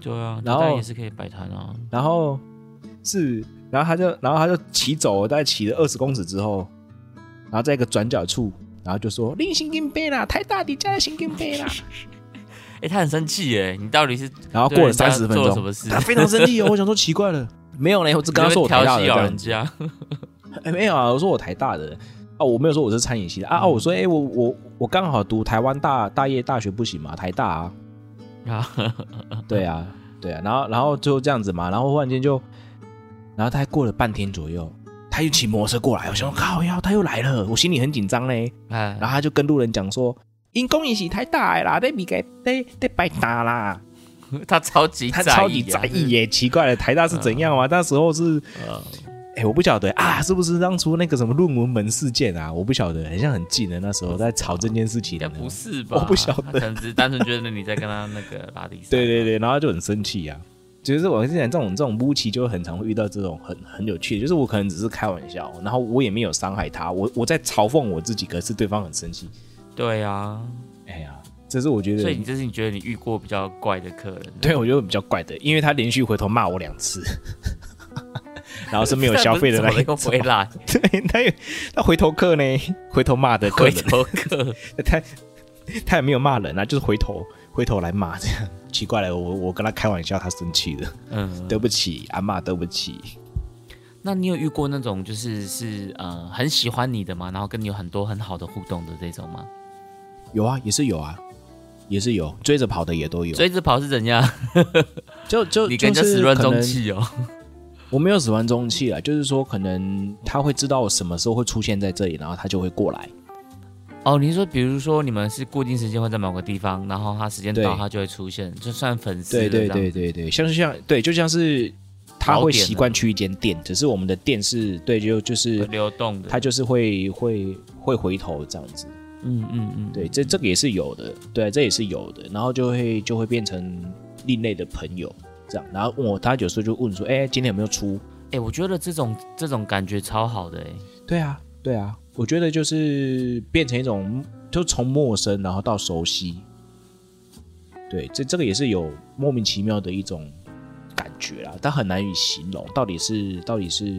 Speaker 2: 这样对啊，
Speaker 1: 然后
Speaker 2: 但也是可以摆摊啊。
Speaker 1: 然后是，然后他就，然后他就骑走了，大概骑了二十公尺之后，然后在一个转角处，然后就说：“令行金杯啊啦，台大底家的行金杯 啦。
Speaker 2: 哎、他很生气耶，你到底是”
Speaker 1: 啊然后啊
Speaker 2: 对
Speaker 1: 过了
Speaker 2: 人家
Speaker 1: 三十分
Speaker 2: 做了什
Speaker 1: 钟，
Speaker 2: 么事？
Speaker 1: 他 非常生气哦，我想说奇怪了，没有嘞，我只刚刚说我台大的
Speaker 2: 调戏
Speaker 1: 这
Speaker 2: 咬人
Speaker 1: 样，
Speaker 2: 家，
Speaker 1: 哎没有啊，我说我台大的。啊，我没有说我是餐饮系的啊啊！我说，哎、我我我刚好读台湾大大业大学不行嘛，台大啊，
Speaker 2: 然后
Speaker 1: 对啊，对啊，然后然后就这样子嘛，然后忽然间就，然后大概过了半天左右，他又骑摩托车过来，我想说靠呀，他又来了，我心里很紧张嘞。
Speaker 2: 哎
Speaker 1: 然后他就跟路人讲说，因公因喜太大的啦，得比给得得拜打啦，
Speaker 2: 他超级
Speaker 1: 他
Speaker 2: 在意啊嗯
Speaker 1: 超级在意耶，奇怪了，台大是怎样啊？那时候是，
Speaker 2: 呃
Speaker 1: 哎，我不晓得啊，是不是当初那个什么论文门事件啊？我不晓得，很像很近的那时候在吵这件事情
Speaker 2: 应
Speaker 1: 的
Speaker 2: 该
Speaker 1: 呢。
Speaker 2: 不是吧？
Speaker 1: 我不晓得
Speaker 2: 他可能只是单纯觉得你在跟他那个拉力赛。
Speaker 1: 对对对，然后就很生气啊。就是我之前这种这种乌奇，就很常会遇到这种很很有趣的，就是我可能只是开玩笑，然后我也没有伤害他，我我在嘲讽我自己，可是对方很生气。
Speaker 2: 对啊，
Speaker 1: 哎呀，这是我觉
Speaker 2: 所
Speaker 1: 得
Speaker 2: 以，你这是你觉得你遇过比较怪的客人？
Speaker 1: 对我觉得比较怪的，因为他连续回头骂我两 次，然啊后是没有
Speaker 2: 但
Speaker 1: 消
Speaker 2: 不
Speaker 1: 费
Speaker 2: 是
Speaker 1: 的
Speaker 2: 走
Speaker 1: 那
Speaker 2: 了
Speaker 1: 一
Speaker 2: 又
Speaker 1: 种。
Speaker 2: 回来，
Speaker 1: 对，他也他回头客呢，回头骂的客
Speaker 2: 回
Speaker 1: 人，
Speaker 2: 头客，
Speaker 1: 他他也没有骂人啊，就是回头回头来骂这样。奇怪了，我我跟他开玩笑，他生气了，
Speaker 2: 嗯，
Speaker 1: 对不起，阿妈，对不起。
Speaker 2: 那你有遇过那种就是是呃很喜欢你的吗？然后跟你有很多很好的互动的这种吗？
Speaker 1: 有啊，也是有啊，也是有追着跑的也都有。
Speaker 2: 追着跑是怎样？
Speaker 1: 就就
Speaker 2: 你跟人家
Speaker 1: 就是
Speaker 2: 始乱
Speaker 1: 可
Speaker 2: 终
Speaker 1: 能
Speaker 2: 弃哦。
Speaker 1: 我没有始乱终弃了，就是说可能他会知道我什么时候会出现在这里，然后他就会过来。
Speaker 2: 哦，你是说比如说你们是固定时间会在某个地方，然后他时间到
Speaker 1: 对
Speaker 2: 他就会出现，就算粉丝
Speaker 1: 对
Speaker 2: 了
Speaker 1: 对
Speaker 2: 这样
Speaker 1: 对对对，像是像对，就像是他
Speaker 2: 老
Speaker 1: 会
Speaker 2: 点了
Speaker 1: 习惯去一间店，只是我们的店是对，就就是
Speaker 2: 流动的，
Speaker 1: 他就是会会会回头这样子。
Speaker 2: 嗯嗯嗯，
Speaker 1: 对，这这个也是有的，对，这也是有的，然后就会就会变成另类的朋友这样，然后问我，他有时候就问说，哎、今天有没有出？
Speaker 2: 哎、我觉得这种这种感觉超好的哎、
Speaker 1: 对啊，对啊，我觉得就是变成一种，就从陌生然后到熟悉，对，这这个也是有莫名其妙的一种感觉啦，但很难以形容，到底是到底是，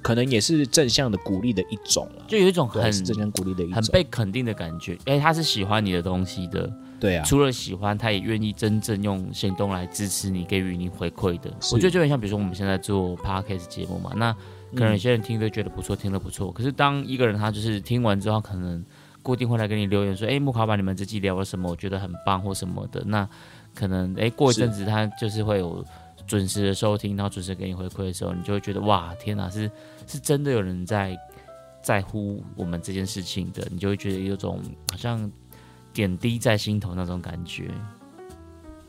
Speaker 1: 可能也是正向的鼓励的一种啦，
Speaker 2: 就有一种
Speaker 1: 对
Speaker 2: 很
Speaker 1: 是正向鼓励的一种
Speaker 2: 很，被肯定的感觉。哎、他是喜欢你的东西的，
Speaker 1: 对啊，
Speaker 2: 除了喜欢，他也愿意真正用行动来支持你，给予你回馈的。
Speaker 1: 是
Speaker 2: 我觉得就很像，比如说我们现在做 podcast 节目嘛，那可
Speaker 1: 嗯
Speaker 2: 能有些人听着觉得不错，听着不错，可是当一个人他就是听完之后，可能固定会来跟你留言说：“哎、木卡把你们这期聊了什么？我觉得很棒或什么的。”那可能哎、过一
Speaker 1: 是
Speaker 2: 阵子他就是会有准时的收听，然后准时给你回馈的时候，你就会觉得哇，天哪，是是真的有人在在乎我们这件事情的，你就会觉得有种好像点滴在心头那种感觉。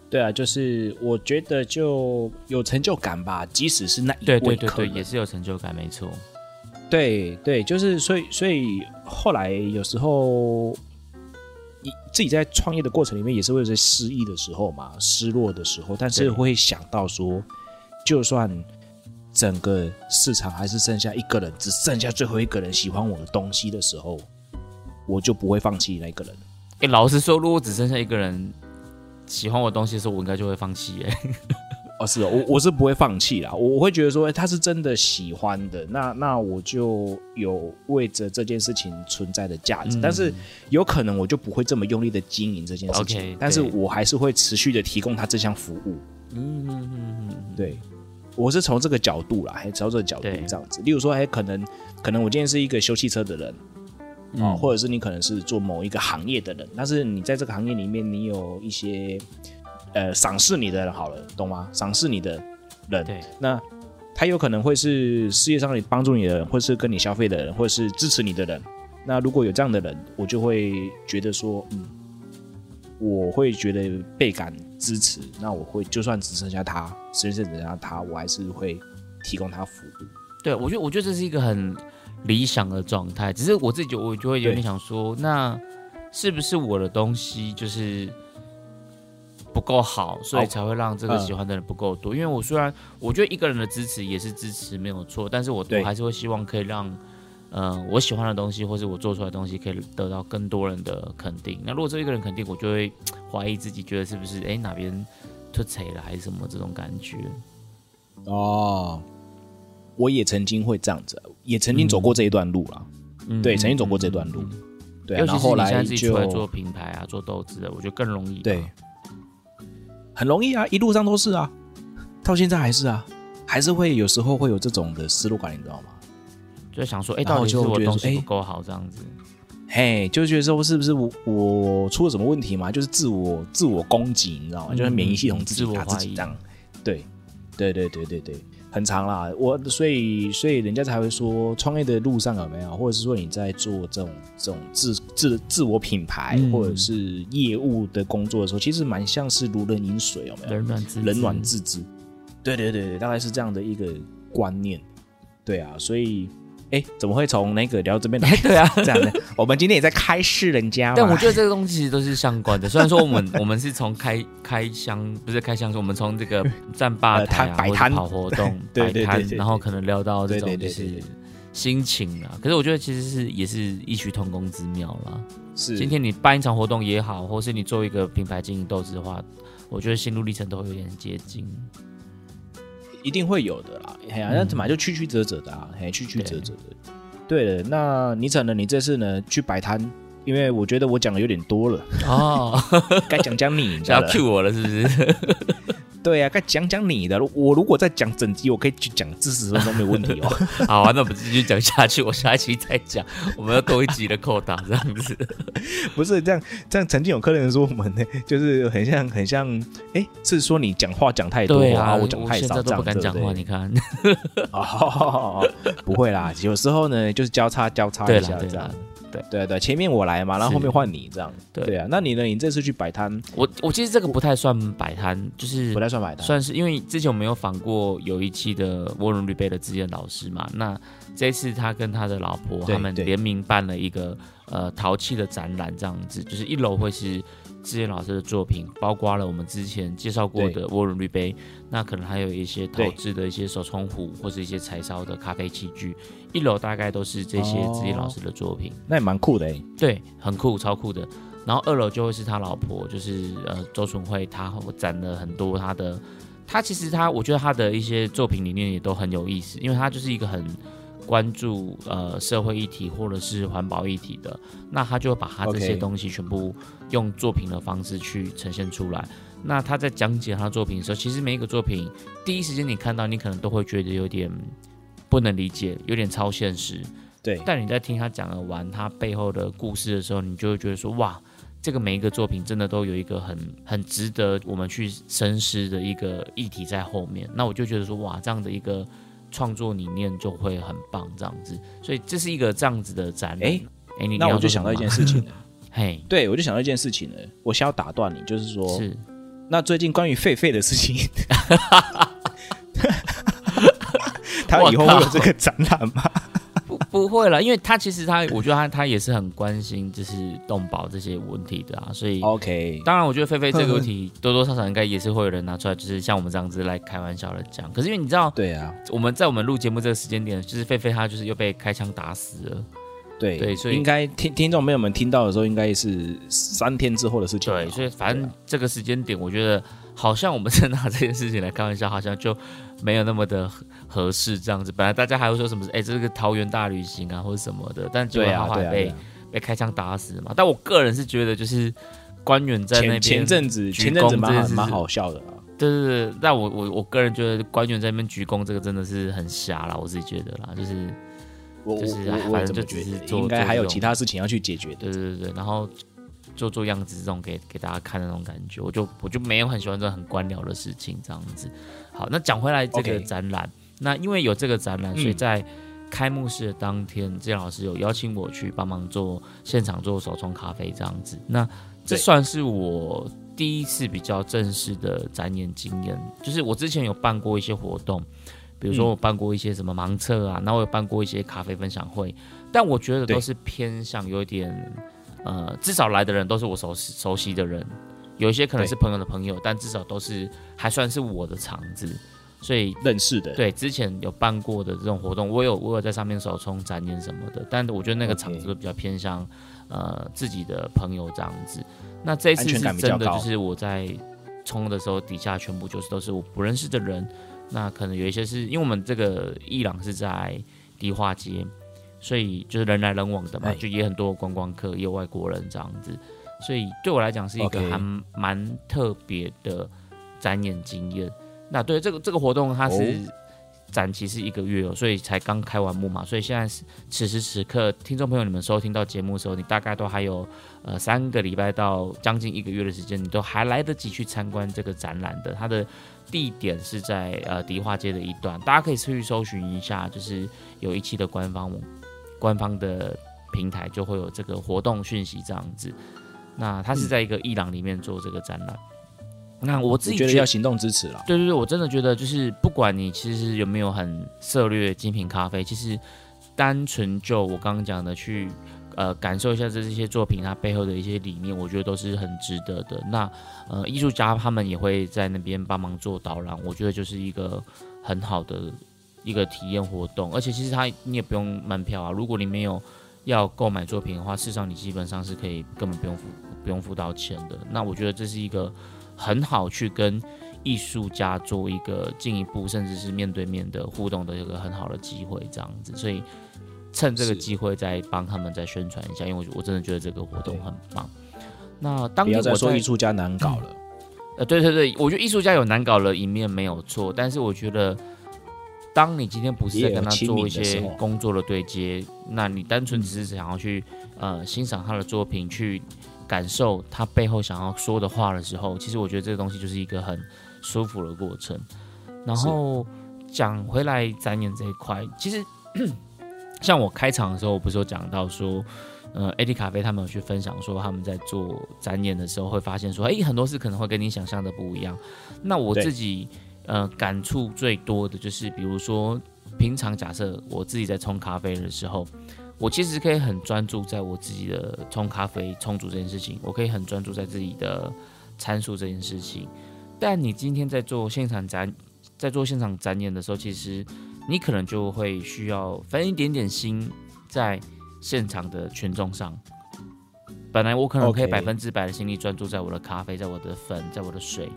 Speaker 1: 对啊，就是我觉得就有成就感吧，即使是那一
Speaker 2: 对
Speaker 1: 位
Speaker 2: 对对
Speaker 1: 客
Speaker 2: 对，
Speaker 1: 人
Speaker 2: 也是有成就感，没错。
Speaker 1: 对对，就是所以所以后来有时候你自己在创业的过程里面也是会有些失意的时候嘛，失落的时候，但
Speaker 2: 对
Speaker 1: 是会想到说，就算整个市场还是剩下一个人，只剩下最后一个人喜欢我的东西的时候，我就不会放弃那个人。
Speaker 2: 哎，老实说，如果只剩下一个人喜欢我的东西的时候，我应该就会放弃。哎，
Speaker 1: 哦，是哦，我我是不会放弃啦，我我会觉得说、诶哎他是真的喜欢的，那那我就有为着这件事情存在的价
Speaker 2: 嗯
Speaker 1: 值，但是有可能我就不会这么用力的经营这件事情
Speaker 2: OK，
Speaker 1: 但是
Speaker 2: 对
Speaker 1: 我还是会持续的提供他这项服务，
Speaker 2: 嗯嗯嗯嗯，
Speaker 1: 对。我是从这个角度啦，还从这个角度
Speaker 2: 对
Speaker 1: 这样子。例如说，哎，可能可能我今天是一个修汽车的人，啊、
Speaker 2: 嗯
Speaker 1: 或者是你可能是做某一个行业的人，但是你在这个行业里面，你有一些呃赏识你的人，好了，懂吗？赏识你的人，
Speaker 2: 对，
Speaker 1: 那他有可能会是事业上帮助你的人，或是跟你消费的人，或是支持你的人。那如果有这样的人，我就会觉得说，嗯，我会觉得倍感支持。那我会就算只剩下他，只剩下他，我还是会提供他服务。
Speaker 2: 对，我觉得我觉得这是一个很理想的状态，只是我自己就我就会有点
Speaker 1: 对
Speaker 2: 想说，那是不是我的东西就是不够好，所以
Speaker 1: 哦
Speaker 2: 才会让这个喜欢的人不够多？因为我虽然我觉得一个人的支持也是支持没有错，但是我我
Speaker 1: 对
Speaker 2: 还是会希望可以让。呃，我喜欢的东西，或是我做出来的东西，可以得到更多人的肯定。那如果这一个人肯定，我就会怀疑自己，觉得是不是哎哪边出彩了还是什么这种感觉。
Speaker 1: 哦，我也曾经会这样子，也曾经走过这一段路啦。
Speaker 2: 嗯
Speaker 1: 对，曾经走过这段路。对啊，
Speaker 2: 尤
Speaker 1: 然
Speaker 2: 其
Speaker 1: 后
Speaker 2: 是
Speaker 1: 后
Speaker 2: 你现在
Speaker 1: 来
Speaker 2: 自己出来
Speaker 1: 就
Speaker 2: 做品牌啊，做豆子的，我觉得更容易吧。
Speaker 1: 对，很容易啊，一路上都是啊，到现在还是啊，还是会有时候会有这种的失落感，你知道吗？
Speaker 2: 就想说，哎，
Speaker 1: 然后
Speaker 2: 到底是
Speaker 1: 就
Speaker 2: 我
Speaker 1: 觉得
Speaker 2: 东
Speaker 1: 说
Speaker 2: 西不
Speaker 1: 哎
Speaker 2: 够好这样子。
Speaker 1: 嘿，就觉得说是不是我我出了什么问题嘛？就是自我自我攻击，你知道吗？
Speaker 2: 嗯
Speaker 1: 就是免疫系统自
Speaker 2: 自
Speaker 1: 己
Speaker 2: 我
Speaker 1: 打
Speaker 2: 怀
Speaker 1: 自己
Speaker 2: 疑
Speaker 1: 这样。对，对对对对对，很长啦。我所以所以人家才会说，创业的路上有没有，或者是说你在做这种这种自自自我品牌、
Speaker 2: 嗯
Speaker 1: 或者是业务的工作的时候，其实蛮像是如人饮水，有没有？
Speaker 2: 冷暖自知
Speaker 1: 冷暖自知。对对对对，大概是这样的一个观念。对啊，所以。哎，怎么会从那个聊到这边来？
Speaker 2: 对啊，
Speaker 1: 这样的，我们今天也在开示人家嘛。
Speaker 2: 但我觉得这个东西其实都是相关的。虽然说我们 我们是从开开箱，不是开箱，是我们从 这个站吧
Speaker 1: 呃
Speaker 2: 台
Speaker 1: 摊
Speaker 2: 啊，
Speaker 1: 摆
Speaker 2: 或者
Speaker 1: 摊
Speaker 2: 跑 活动
Speaker 1: 对
Speaker 2: 摆
Speaker 1: 对对
Speaker 2: 摊
Speaker 1: 对，对
Speaker 2: 然后可能聊到这
Speaker 1: 对
Speaker 2: 种就
Speaker 1: 对对
Speaker 2: 是
Speaker 1: 对对
Speaker 2: 心情啊。可是我觉得其实是也是异曲同工之妙啦。
Speaker 1: 是
Speaker 2: 今天你办一场活动也好，或是你做一个品牌经营斗志的话，我觉得心路历程都会有点接近。
Speaker 1: 一定会有的啦。哎呀、
Speaker 2: 嗯
Speaker 1: 那怎么就曲曲折折的啊？嘿，曲曲折折的。对的，那你可能你这次呢去摆摊，因为我觉得我讲的有点多 了，
Speaker 2: 哦，
Speaker 1: 该讲讲你的
Speaker 2: 想要
Speaker 1: 了。
Speaker 2: cue 我了是不是？
Speaker 1: 对啊，该讲讲你的。我如果再讲整集，我可以去讲四十分钟没有问题哦。
Speaker 2: 好啊，那我们继续讲下去，我下一期再讲，我们要多一集的扣打这样 子。
Speaker 1: 不是这样，这样曾经有客人说我们呢， 就是很像很像，哎，是说你讲话讲哎太多
Speaker 2: 对啊，
Speaker 1: 我讲太
Speaker 2: 现
Speaker 1: 少，这
Speaker 2: 在都
Speaker 1: 样
Speaker 2: 不敢
Speaker 1: 对
Speaker 2: 讲
Speaker 1: 对
Speaker 2: 话，你 看。
Speaker 1: 哦， 不会啦，有时候呢就是交叉交叉
Speaker 2: 对
Speaker 1: 一
Speaker 2: 啦
Speaker 1: 下
Speaker 2: 对
Speaker 1: 这样
Speaker 2: 啦，对
Speaker 1: 对对，前面我来嘛，然后
Speaker 2: 是
Speaker 1: 后面换你这样，
Speaker 2: 对
Speaker 1: 啊，那你呢？你这次去摆摊
Speaker 2: 我我其实这个不太算摆摊，就是
Speaker 1: 不太算摆摊，
Speaker 2: 算是因为之前我们有访过有一期的沃伦吕贝的资深老师嘛，那这次他跟他的老婆
Speaker 1: 对
Speaker 2: 他们
Speaker 1: 对
Speaker 2: 联名办了一个呃陶器的展览，这样子，就是一楼会是志远老师的作品，包括了我们之前介绍过的沃伦绿杯，那可能还有一些陶
Speaker 1: 对
Speaker 2: 制的一些手冲壶或是一些柴烧的咖啡器具，一楼大概都是这些
Speaker 1: 哦
Speaker 2: 志远老师的作品。
Speaker 1: 那也蛮酷的哎，
Speaker 2: 对，很酷，超酷的。然后二楼就会是他老婆，就是呃周纯惠，她展了很多她的，她其实她我觉得她的一些作品理念也都很有意思，因为她就是一个很关注呃社会议题或者是环保议题的，那她就把她这些
Speaker 1: OK
Speaker 2: 东西全部用作品的方式去呈现出来。那她在讲解她的作品的时候，其实每一个作品第一时间你看到，你可能都会觉得有点不能理解，有点超现实，
Speaker 1: 对，
Speaker 2: 但你在听他讲了完他背后的故事的时候，你就会觉得说，哇，这个每一个作品真的都有一个很很值得我们去深思的一个议题在后面。那我就觉得说，哇，这样的一个创作理念就会很棒，这样子。所以这是一个这样子的展览。
Speaker 1: 诶
Speaker 2: 诶你
Speaker 1: 那
Speaker 2: 你要
Speaker 1: 我就
Speaker 2: 说什
Speaker 1: 想到
Speaker 2: 么
Speaker 1: 一件
Speaker 2: 吗，
Speaker 1: 事情了，
Speaker 2: 嘿，
Speaker 1: 对我就想到一件事情了，我想要打断你，就是说，
Speaker 2: 是
Speaker 1: 那最近关于狒狒的事 情。他以后会有这个展览吗？
Speaker 2: 不不会了，因为他其实他，我觉得他他也是很关心就是动保这些问题的啊，所以
Speaker 1: OK，
Speaker 2: 当然，我觉得菲菲
Speaker 1: 嗯
Speaker 2: 这个问题多多少少应该也是会有人拿出来，就是像我们这样子来开玩笑的讲。可是因为你知道，
Speaker 1: 对啊，
Speaker 2: 我们在我们录节目这个时间点，就是菲菲她就是又被开枪打死了。
Speaker 1: 对
Speaker 2: 对所以
Speaker 1: 应该听听众朋友们听到的时候，应该是三天之后的事情了。
Speaker 2: 对，所以反
Speaker 1: 对
Speaker 2: 正
Speaker 1: 啊
Speaker 2: 这个时间点，我觉得好像我们 在拿这件事情来开玩笑，好像就没有那么的合合适这样子。本来大家还会说什么，哎，这个桃园大旅行啊，或者什么的，但结果
Speaker 1: 对
Speaker 2: 她
Speaker 1: 啊，
Speaker 2: 后
Speaker 1: 对
Speaker 2: 来
Speaker 1: 啊，
Speaker 2: 被、
Speaker 1: 对啊
Speaker 2: 被开枪打死嘛。但我个人是觉得，就是官员在那边
Speaker 1: 前前阵子
Speaker 2: 鞠
Speaker 1: 前阵子
Speaker 2: 躬
Speaker 1: 蛮
Speaker 2: 这
Speaker 1: 好
Speaker 2: 件事
Speaker 1: 蛮
Speaker 2: 是
Speaker 1: 好笑的啊。
Speaker 2: 对对对，但我我我个人觉得官员在那边鞠躬这个真的是很瞎啦，我自己觉得啦，就是
Speaker 1: 我我
Speaker 2: 就是
Speaker 1: 我
Speaker 2: 反
Speaker 1: 我也
Speaker 2: 正
Speaker 1: 这
Speaker 2: 就
Speaker 1: 么
Speaker 2: 只
Speaker 1: 觉
Speaker 2: 是
Speaker 1: 得，
Speaker 2: 做
Speaker 1: 应该
Speaker 2: 做
Speaker 1: 还有
Speaker 2: 这种
Speaker 1: 其他事情要去解决的。
Speaker 2: 对对对，对然后做做样子这种给给大家看的那种感觉，我就我就没有很喜欢这种很官僚的事情这样子。好，那讲回来这个
Speaker 1: OK
Speaker 2: 展览那因为有这个展览，
Speaker 1: 嗯
Speaker 2: 所以在开幕式的当天，志阳老师有邀请我去帮忙做现场做手冲咖啡这样子。那这
Speaker 1: 对
Speaker 2: 算是我第一次比较正式的展演经验，就是我之前有办过一些活动。比如说
Speaker 1: 嗯
Speaker 2: 我办过一些什么盲测啊，然后我有办过一些咖啡分享会，但我觉得
Speaker 1: 对
Speaker 2: 都是偏向有一点，呃，至少来的人都是我熟悉熟悉的人，有一些可能
Speaker 1: 对
Speaker 2: 是朋友的朋友，但至少都是还算是我的场子，所以
Speaker 1: 认识的，
Speaker 2: 对之前有办过的这种活动，我有我有在上面手冲展演什么的，但我觉得那个
Speaker 1: OK
Speaker 2: 场子都比较偏向呃自己的朋友这样子。那这一次
Speaker 1: 安全
Speaker 2: 是
Speaker 1: 感比
Speaker 2: 真
Speaker 1: 较
Speaker 2: 的
Speaker 1: 高
Speaker 2: 就是我在冲的时候，底下全部就是都是我不认识的人。那可能有一些是因为我们这个伊朗是在迪化街，所以就是人来人往的嘛，
Speaker 1: 哎
Speaker 2: 就也很多观光客，也有外国人这样子。所以对我来讲是一个
Speaker 1: OK
Speaker 2: 还蛮特别的展演经验。那对这个这个活动，它是
Speaker 1: 哦
Speaker 2: 展期是一个月哦，所以才刚开完幕嘛，所以现在是此时此刻，听众朋友你们收听到节目的时候，你大概都还有呃三个礼拜到将近一个月的时间，你都还来得及去参观这个展览的。它的地点是在呃迪化街的一段，大家可以去搜寻一下，就是有一期的官方官方的平台就会有这个活动讯息这样子。那它
Speaker 1: 嗯
Speaker 2: 是在一个伊朗里面做这个展览。那我自
Speaker 1: 我
Speaker 2: 己
Speaker 1: 觉得
Speaker 2: 觉
Speaker 1: 要行动支持啦。
Speaker 2: 对对对，我真的觉得就是不管你其实有没有很涉略精品咖啡，其实单纯就我刚刚讲的去呃感受一下这这些作品它背后的一些理念，我觉得都是很值得的。那呃艺术家他们也会在那边帮忙做导览，我觉得就是一个很好的一个体验活动。而且其实它你也不用门票啊，如果你没有要购买作品的话，事实上你基本上是可以根本不用付不用付到钱的。那我觉得这是一个很好去跟艺术家做一个进一步，甚至是面对面的互动的一个很好的机会，这样子。所以趁这个
Speaker 1: 是
Speaker 2: 机会再帮他们再宣传一下，因为我我真的觉得这个活动
Speaker 1: 对
Speaker 2: 很棒。那当
Speaker 1: 不
Speaker 2: 天
Speaker 1: 要
Speaker 2: 我
Speaker 1: 再说
Speaker 2: 在
Speaker 1: 艺术家难搞了，
Speaker 2: 呃，对对对，我觉得艺术家有难搞的一面没有错，但是我觉得，当你今天不是
Speaker 1: 也
Speaker 2: 在
Speaker 1: 有
Speaker 2: 跟他
Speaker 1: 亲
Speaker 2: 做
Speaker 1: 民
Speaker 2: 一
Speaker 1: 的时
Speaker 2: 些
Speaker 1: 候嗯
Speaker 2: 工作的对接，那你单纯只是想要去、呃欣赏他的作品，去感受他背后想要说的话的时候，其实我觉得这个东西就是一个很舒服的过程。然后讲回来展演这一块，其实 像我开场的时候，我不是有讲到说，呃，AD 咖啡他们有去分享说，他们在做展演的时候会发现说，诶，很多事可能会跟你想象的不一样。那我
Speaker 1: 对
Speaker 2: 自己呃感触最多的就是，比如说平常假设我自己在冲咖啡的时候，我其实可以很专注在我自己的冲咖啡、冲煮这件事情，我可以很专注在自己的参数这件事情。但你今天在做现场展，在做现场展演的时候，其实你可能就会需要分一点点心在现场的群众上。本来我可能可以
Speaker 1: OK
Speaker 2: 百分之百的心力专注在我的咖啡、在我的粉、在我的水，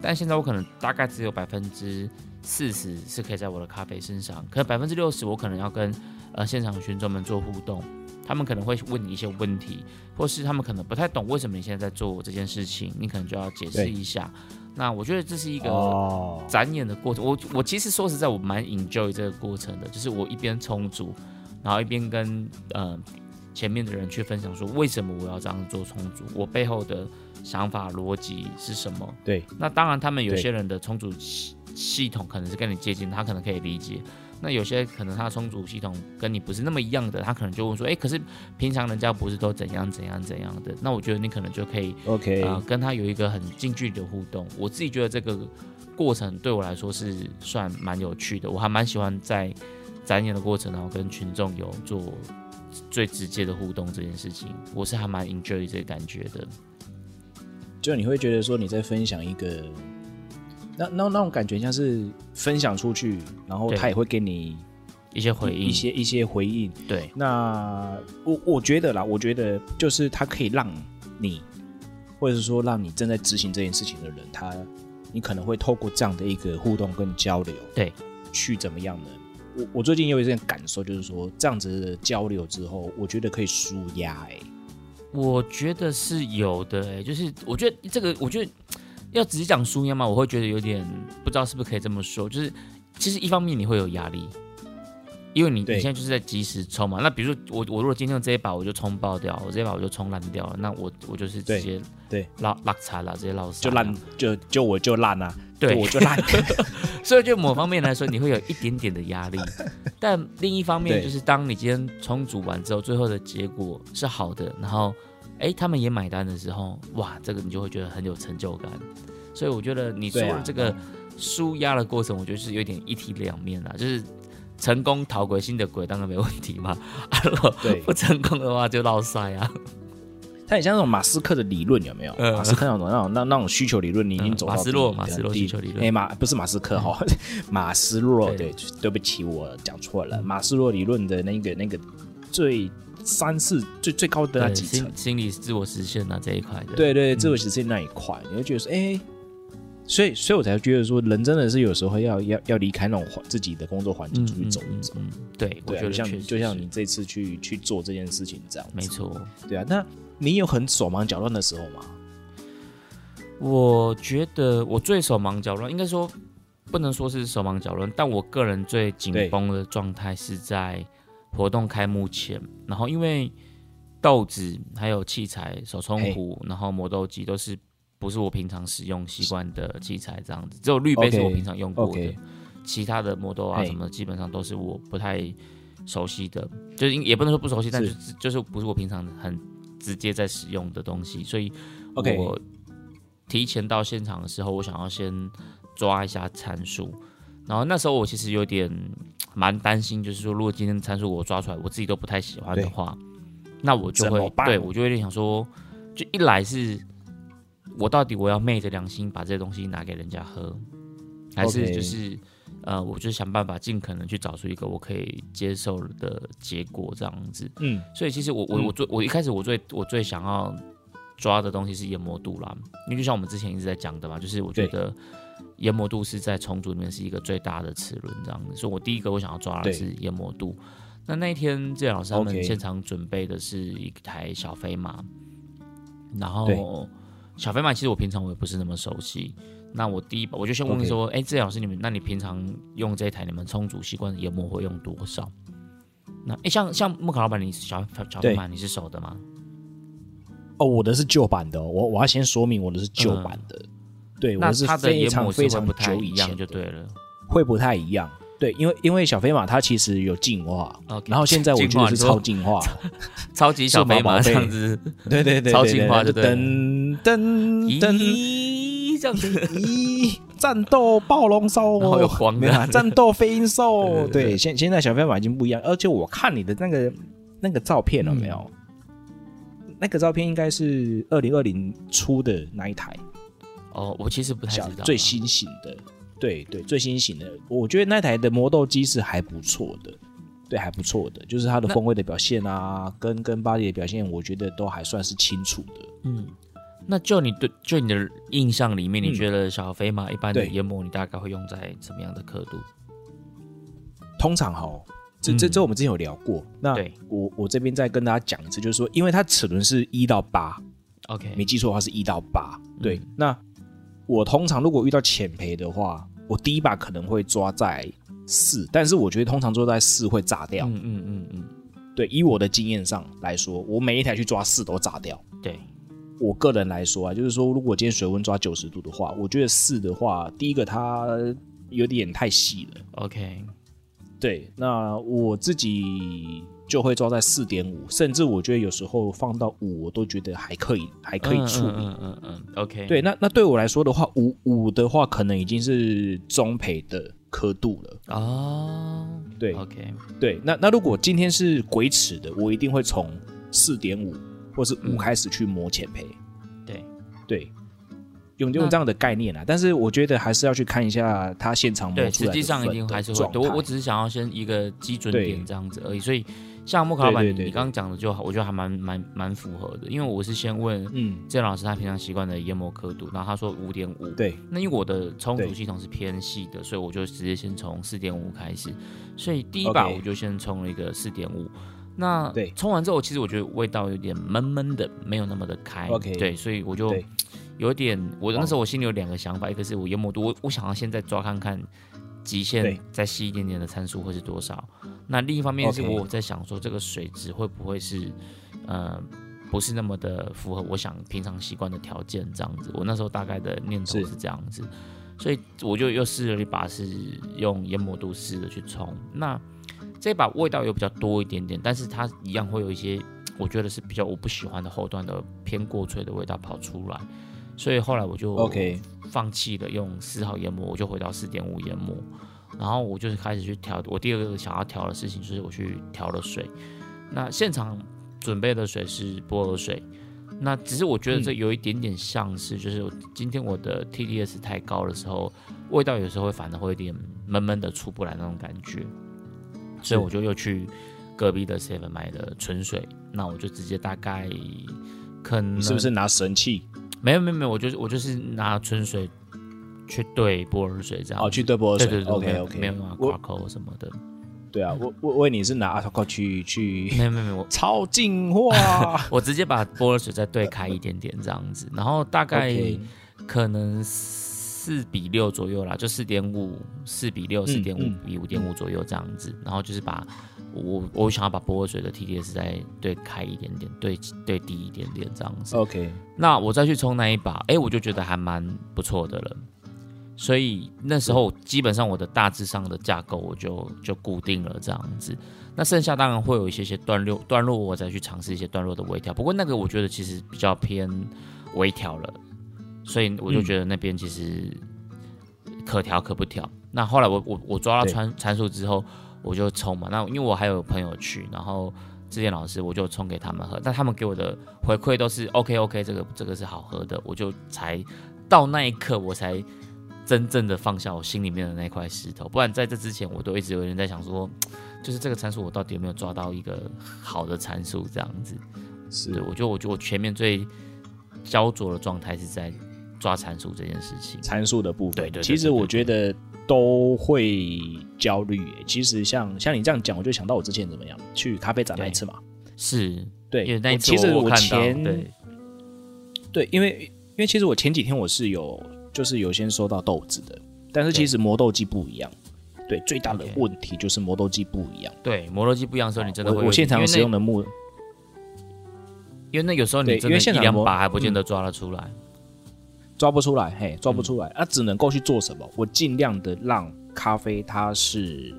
Speaker 2: 但现在我可能大概只有百分之四十是可以在我的咖啡身上，可能百分之六十我可能要跟呃现场的群众们做互动，他们可能会问你一些问题，或是他们可能不太懂为什么你现在在做这件事情，你可能就要解释
Speaker 1: 对
Speaker 2: 一下。那我觉得这是一个
Speaker 1: 哦，
Speaker 2: 展演的过程，我我其实说实在，我蛮 enjoy 这个过程的，就是我一边充足，然后一边跟呃前面的人去分享说，为什么我要这样做充足，我背后的想法逻辑是什么。
Speaker 1: 对，
Speaker 2: 那当然，他们有
Speaker 1: 对
Speaker 2: 些人的充足系系统可能是跟你接近，他可能可以理解。那有些可能他的充足系统跟你不是那么一样的，他可能就问说，哎、可是平常人家不是都怎样怎样怎样的？那我觉得你可能就可以
Speaker 1: OK，、
Speaker 2: 啊，跟他有一个很近距离的互动。我自己觉得这个过程对我来说是算蛮有趣的，我还蛮喜欢在展演的过程，然后跟群众有做最直接的互动这件事情，我是还蛮 enjoy 这个感觉的。
Speaker 1: 就你会觉得说你在分享一个，那那那种感觉像是分享出去，然后
Speaker 2: 对嗯
Speaker 1: 他也会给你
Speaker 2: 一些回应，
Speaker 1: 一些一些回应。
Speaker 2: 对
Speaker 1: 那我我觉得啦，我觉得就是他可以让你，或者说让你正在执行这件事情的人，他你可能会透过这样的一个互动跟交流，
Speaker 2: 对，
Speaker 1: 去怎么样呢？我我最近也有一点感受，就是说这样子的交流之后，我觉得可以舒压哎、
Speaker 2: 我觉得是有的、欸，就是我觉得这个，我觉得要只讲舒压嘛，我会觉得有点不知道是不是可以这么说，就是其实一方面你会有压力，因为你你
Speaker 1: 对
Speaker 2: 现在就是在及时冲嘛。那比如说我我如果今天用这一把我就冲爆掉，我这一把我就冲烂掉了，那我我就是直
Speaker 1: 对
Speaker 2: 接
Speaker 1: 对
Speaker 2: 拉拉惨了，直接拉
Speaker 1: 就
Speaker 2: 散了
Speaker 1: 烂就就我就烂啊，
Speaker 2: 啊对
Speaker 1: 就我就 烂，
Speaker 2: 所以就某方面来说，你会有一点点的 压力，但另一方面
Speaker 1: 对
Speaker 2: 就是，当你今天重组完之后，最后的结果是好的，然后哎、诶他们也买单的时候，哇，这个你就会觉得很有成就感。所以我觉得你说
Speaker 1: 对
Speaker 2: 的
Speaker 1: 啊
Speaker 2: 这个舒压的过程，我觉得是有点一体两面啦，就是成功逃鬼新的鬼当然没问题嘛， 啊，如果
Speaker 1: 对
Speaker 2: 不成功的话就落塞啊，
Speaker 1: 它很像那种马斯克的理论，有没有？
Speaker 2: 嗯
Speaker 1: 马斯克那种那种那那种需求理论，你已经
Speaker 2: 嗯
Speaker 1: 走到
Speaker 2: 马斯洛
Speaker 1: 第
Speaker 2: 马斯洛
Speaker 1: 第
Speaker 2: 需求理论嗯
Speaker 1: 哎、马不是马斯克哈、 马斯洛
Speaker 2: 对
Speaker 1: 对，对不起，我讲错了。马斯洛理论的那个那个最三四最最高的那
Speaker 2: 对，
Speaker 1: 几层
Speaker 2: 心，心理自我实现啊这一块的，
Speaker 1: 对对，自我实现那一块，你会觉得说，哎、所以所以我才觉得说，人真的是有时候要要要离开那种环自己的工作环境出去走一走。
Speaker 2: 嗯，嗯对，我
Speaker 1: 对、啊，
Speaker 2: 觉得
Speaker 1: 就像
Speaker 2: 确
Speaker 1: 你
Speaker 2: 实
Speaker 1: 就像
Speaker 2: 是
Speaker 1: 你，这次去去做这件事情这样子，
Speaker 2: 没错。
Speaker 1: 对啊。那你有很手忙脚乱的时候吗？
Speaker 2: 我觉得我最手忙脚乱，应该说不能说是手忙脚乱，但我个人最紧
Speaker 1: 对
Speaker 2: 绷的状态是在活动开幕前，然后因为豆子还有器材、手冲
Speaker 1: 嘿
Speaker 2: 壶，然后磨豆机都是不是我平常使用习惯的器材，这样子，只有滤杯是我
Speaker 1: OK，
Speaker 2: 平常用过的
Speaker 1: OK
Speaker 2: 其他的磨豆啊
Speaker 1: 嘿
Speaker 2: 什么的基本上都是我不太熟悉的，就是应也不能说不熟悉，但就是就是不是我平常很直接在使用的东西，所以
Speaker 1: OK
Speaker 2: 我提前到现场的时候，我想要先抓一下参数，然后那时候我其实有点蛮担心，就是说如果今天参数我抓出来，我自己都不太喜欢的
Speaker 1: 对
Speaker 2: 话，那我就
Speaker 1: 怎么
Speaker 2: 会
Speaker 1: 办
Speaker 2: 对我就有点想说，就一来是我到底我要昧着良心把这些东西拿给人家喝，还是
Speaker 1: OK
Speaker 2: 就是呃，我就想办法尽可能去找出一个我可以接受的结果这样子。
Speaker 1: 嗯，
Speaker 2: 所以其实我我
Speaker 1: 嗯
Speaker 2: 我最我一开始我最我最想要抓的东西是研磨度啦，因为就像我们之前一直在讲的嘛，就是我
Speaker 1: 对
Speaker 2: 觉得研磨度是在重组里面是一个最大的齿轮这样子，所以我第一个我想要抓的
Speaker 1: 对
Speaker 2: 是研磨度。那那一天志远老师他们
Speaker 1: OK
Speaker 2: 现场准备的是一台小飞马，然
Speaker 1: 对
Speaker 2: 后小飞马其实我平常我也不是那么熟悉。那我第一把我就先问
Speaker 1: OK
Speaker 2: 说，哎、志远老师你们，那你平常用这一台你们充足习惯的研磨会用多少？那哎、诶像像木卡老板，你是小小
Speaker 1: 对
Speaker 2: 飞马你是熟的吗？
Speaker 1: 哦，我的是旧版的哦、我我要先说明我的是旧版的，对，
Speaker 2: 嗯那
Speaker 1: 我是
Speaker 2: 它的
Speaker 1: 非
Speaker 2: 研
Speaker 1: 常
Speaker 2: 磨是
Speaker 1: 非
Speaker 2: 会
Speaker 1: 常
Speaker 2: 不太
Speaker 1: 久
Speaker 2: 一
Speaker 1: 以前
Speaker 2: 样，就
Speaker 1: 的
Speaker 2: 对了。
Speaker 1: 会不太一样。对，因为因为小飞马它其实有进化
Speaker 2: OK，
Speaker 1: 然后现在我觉
Speaker 2: 进化
Speaker 1: 得是
Speaker 2: 你说
Speaker 1: 超进 化，
Speaker 2: 超级小飞马
Speaker 1: 是
Speaker 2: 这
Speaker 1: 毛宝贝
Speaker 2: 样子，
Speaker 1: 对对对对，
Speaker 2: 超进化就
Speaker 1: 对对
Speaker 2: 对了
Speaker 1: 噔噔噔，
Speaker 2: 咦，这样子，
Speaker 1: 咦，战斗暴龙兽，
Speaker 2: 然后有光的
Speaker 1: 没有啊战斗飞鹰
Speaker 2: 对
Speaker 1: 兽哦
Speaker 2: 对，对
Speaker 1: 对，现现在小飞马已经不一样，而且我看你的那个那个照片了没有？
Speaker 2: 嗯
Speaker 1: 那个照片应该是二零二零出的那一台，
Speaker 2: 哦，我其实不太
Speaker 1: 小
Speaker 2: 知道啊
Speaker 1: 最新型的，对对，最新型的，我觉得那台的磨豆机是还不错的，对，还不错的，就是它的
Speaker 2: 那
Speaker 1: 风味的表现啊，跟跟巴黎的表现，我觉得都还算是清楚的。
Speaker 2: 嗯。那就你对就你的印象里面，你
Speaker 1: 嗯
Speaker 2: 觉得小飞马一般的
Speaker 1: 对
Speaker 2: 研磨，你大概会用在什么样的刻度？
Speaker 1: 通常哈，这这
Speaker 2: 嗯
Speaker 1: 这我们之前有聊过，那
Speaker 2: 对
Speaker 1: 我我这边再跟大家讲一次，就是说，因为它齿轮是一到八，没
Speaker 2: OK，
Speaker 1: 记错的话是一到八，对，
Speaker 2: 嗯
Speaker 1: 那我通常如果遇到浅培的话，我第一把可能会抓在。四，但是我觉得通常抓在四会炸掉，
Speaker 2: 嗯嗯嗯嗯，
Speaker 1: 对，以我的经验上来说，我每一台去抓四都炸掉。
Speaker 2: 对，
Speaker 1: 我个人来说啊，就是说，如果今天水温抓九十度的话，我觉得四的话，第一个它有点太细了。
Speaker 2: OK，
Speaker 1: 对，那我自己就会抓在四点五，甚至我觉得有时候放到五，我都觉得还可以，还可以
Speaker 2: 嗯
Speaker 1: 处理。
Speaker 2: 嗯嗯嗯嗯，OK，
Speaker 1: 对，那那对我来说的话，五五的话，可能已经是中培的刻度了。
Speaker 2: 哦，
Speaker 1: 对
Speaker 2: ，OK，
Speaker 1: 对，那那如果今天是鬼齿的，我一定会从四点五或是五开始去磨浅培。
Speaker 2: 嗯对，
Speaker 1: 对，用
Speaker 2: 那
Speaker 1: 用这样的概念啊，但是我觉得还是要去看一下他现场磨
Speaker 2: 对，
Speaker 1: 出
Speaker 2: 实
Speaker 1: 来的
Speaker 2: 际上一定
Speaker 1: 粉的
Speaker 2: 还是会
Speaker 1: 状，态
Speaker 2: 我我只是想要先一个基准
Speaker 1: 对
Speaker 2: 点这样子而已。所以像莫卡老板，
Speaker 1: 对
Speaker 2: 你
Speaker 1: 对对
Speaker 2: 你
Speaker 1: 对
Speaker 2: 刚刚讲的就好，我觉得还蛮蛮蛮符合的，因为我是先问
Speaker 1: 嗯，
Speaker 2: 郑老师他平常习惯的研磨刻度，然后他说五点五，
Speaker 1: 对，
Speaker 2: 那因为我的充足
Speaker 1: 对
Speaker 2: 系统是偏细的，所以我就直接先从四点五开始，所以第一把
Speaker 1: OK
Speaker 2: 我就先冲了一个四点五。那
Speaker 1: 对
Speaker 2: 冲完之后，其实我觉得味道有点闷闷的，没有那么的开。
Speaker 1: OK
Speaker 2: 对，所以我就
Speaker 1: 对
Speaker 2: 有点，我那时候我心里有两个想法，一个是我研磨度，我我想要现在抓看看极限
Speaker 1: 对
Speaker 2: 再细一点点的参数会是多少。那另一方面是
Speaker 1: OK
Speaker 2: 我在想说，这个水质会不会是，呃，不是那么的符合我想平常习惯的条件这样子。我那时候大概的念头
Speaker 1: 是
Speaker 2: 是这样子，所以我就又试了一把是用研磨度试的去冲。那这把味道有比较多一点点，但是它一样会有一些我觉得是比较我不喜欢的后段的偏过萃的味道跑出来，所以后来我就
Speaker 1: OK
Speaker 2: 放弃了用四号研磨，我就回到四点五研磨，然后我就是开始去调。我第二个想要调的事情就是我去调了水，那现场准备的水是波尔水。那只是我觉得
Speaker 1: 嗯
Speaker 2: 这有一点点像是，就是我今天我的 TDS 太高的时候，味道有时候会反而会有点闷闷的出不来那种感觉，所以我就又去隔壁的 seven 买了纯水，那我就直接大概可能
Speaker 1: 你是不是拿神器
Speaker 2: 没有没有没有，我就是我就是拿纯水去兑波尔水这样。
Speaker 1: 哦，去对波
Speaker 2: 对啊
Speaker 1: 水
Speaker 2: 对对
Speaker 1: o k
Speaker 2: 没有没
Speaker 1: OK，
Speaker 2: 有办法
Speaker 1: 我
Speaker 2: 挂钩什么的，
Speaker 1: 对啊，我我为你是拿阿托克去去
Speaker 2: 没有没有没有，我，
Speaker 1: 超进化
Speaker 2: 我直接把波尔水再兑开一点点这样子，然后大 概
Speaker 1: OK
Speaker 2: 可能四比六左右啦，就四点五、四比六、四点五
Speaker 1: 嗯
Speaker 2: 比五点五左右这样子，然后就是把我我想要把波尔水的 TDS 再兑开一点点，兑兑低一点点这样子。
Speaker 1: OK，
Speaker 2: 那我再去冲那一把，哎、我就觉得还蛮不错的了。所以那时候基本上我的大致上的架构我就就固定了这样子。那剩下当然会有一些些段落段落，我再去尝试一些段落的微调。不过那个我觉得其实比较偏微调了，所以我就觉得那边其实可调可不调。那后来我我我抓到
Speaker 1: 对
Speaker 2: 参参数之后，我就冲嘛。那因为我还有朋友去，然后志健老师我就冲给他们喝，但他们给我的回馈都是 OK OK，这个这个是好喝的，我就才到那一刻我才真正的放下我心里面的那块石头，不然在这之前我都一直有人在想说，就是这个参数我到底有没有抓到一个好的参数这样子。对，
Speaker 1: 是
Speaker 2: 我觉得我觉得我前面最焦灼的状态是在抓参数这件事情。
Speaker 1: 参数的部分。
Speaker 2: 对对对
Speaker 1: 其实
Speaker 2: 对对
Speaker 1: 我觉得都会焦虑耶、其实像像你这样讲，我就想到我之前怎么样去咖啡展那一次嘛。
Speaker 2: 是，
Speaker 1: 对，
Speaker 2: 因为那一
Speaker 1: 我
Speaker 2: 次
Speaker 1: 其实
Speaker 2: 我
Speaker 1: 我
Speaker 2: 看到，
Speaker 1: 前
Speaker 2: 对，
Speaker 1: 对，因为因为其实我前几天我是有就是有先收到豆子的，但是其实磨豆机不一样。对，最大的
Speaker 2: OK
Speaker 1: 问题就是磨豆机不一样。
Speaker 2: 对，磨豆机不一样的时候，你真的会
Speaker 1: 我我现场使用
Speaker 2: 的，
Speaker 1: 的木
Speaker 2: 因为那有时候你
Speaker 1: 对
Speaker 2: 真
Speaker 1: 因
Speaker 2: 的
Speaker 1: 为
Speaker 2: 一
Speaker 1: 现场嗯
Speaker 2: 两
Speaker 1: 磨
Speaker 2: 把还不见得抓得出来。
Speaker 1: 抓不出来，嘿，抓不出
Speaker 2: 嗯
Speaker 1: 来，那、啊只能够去做什么？我尽量的让咖啡它是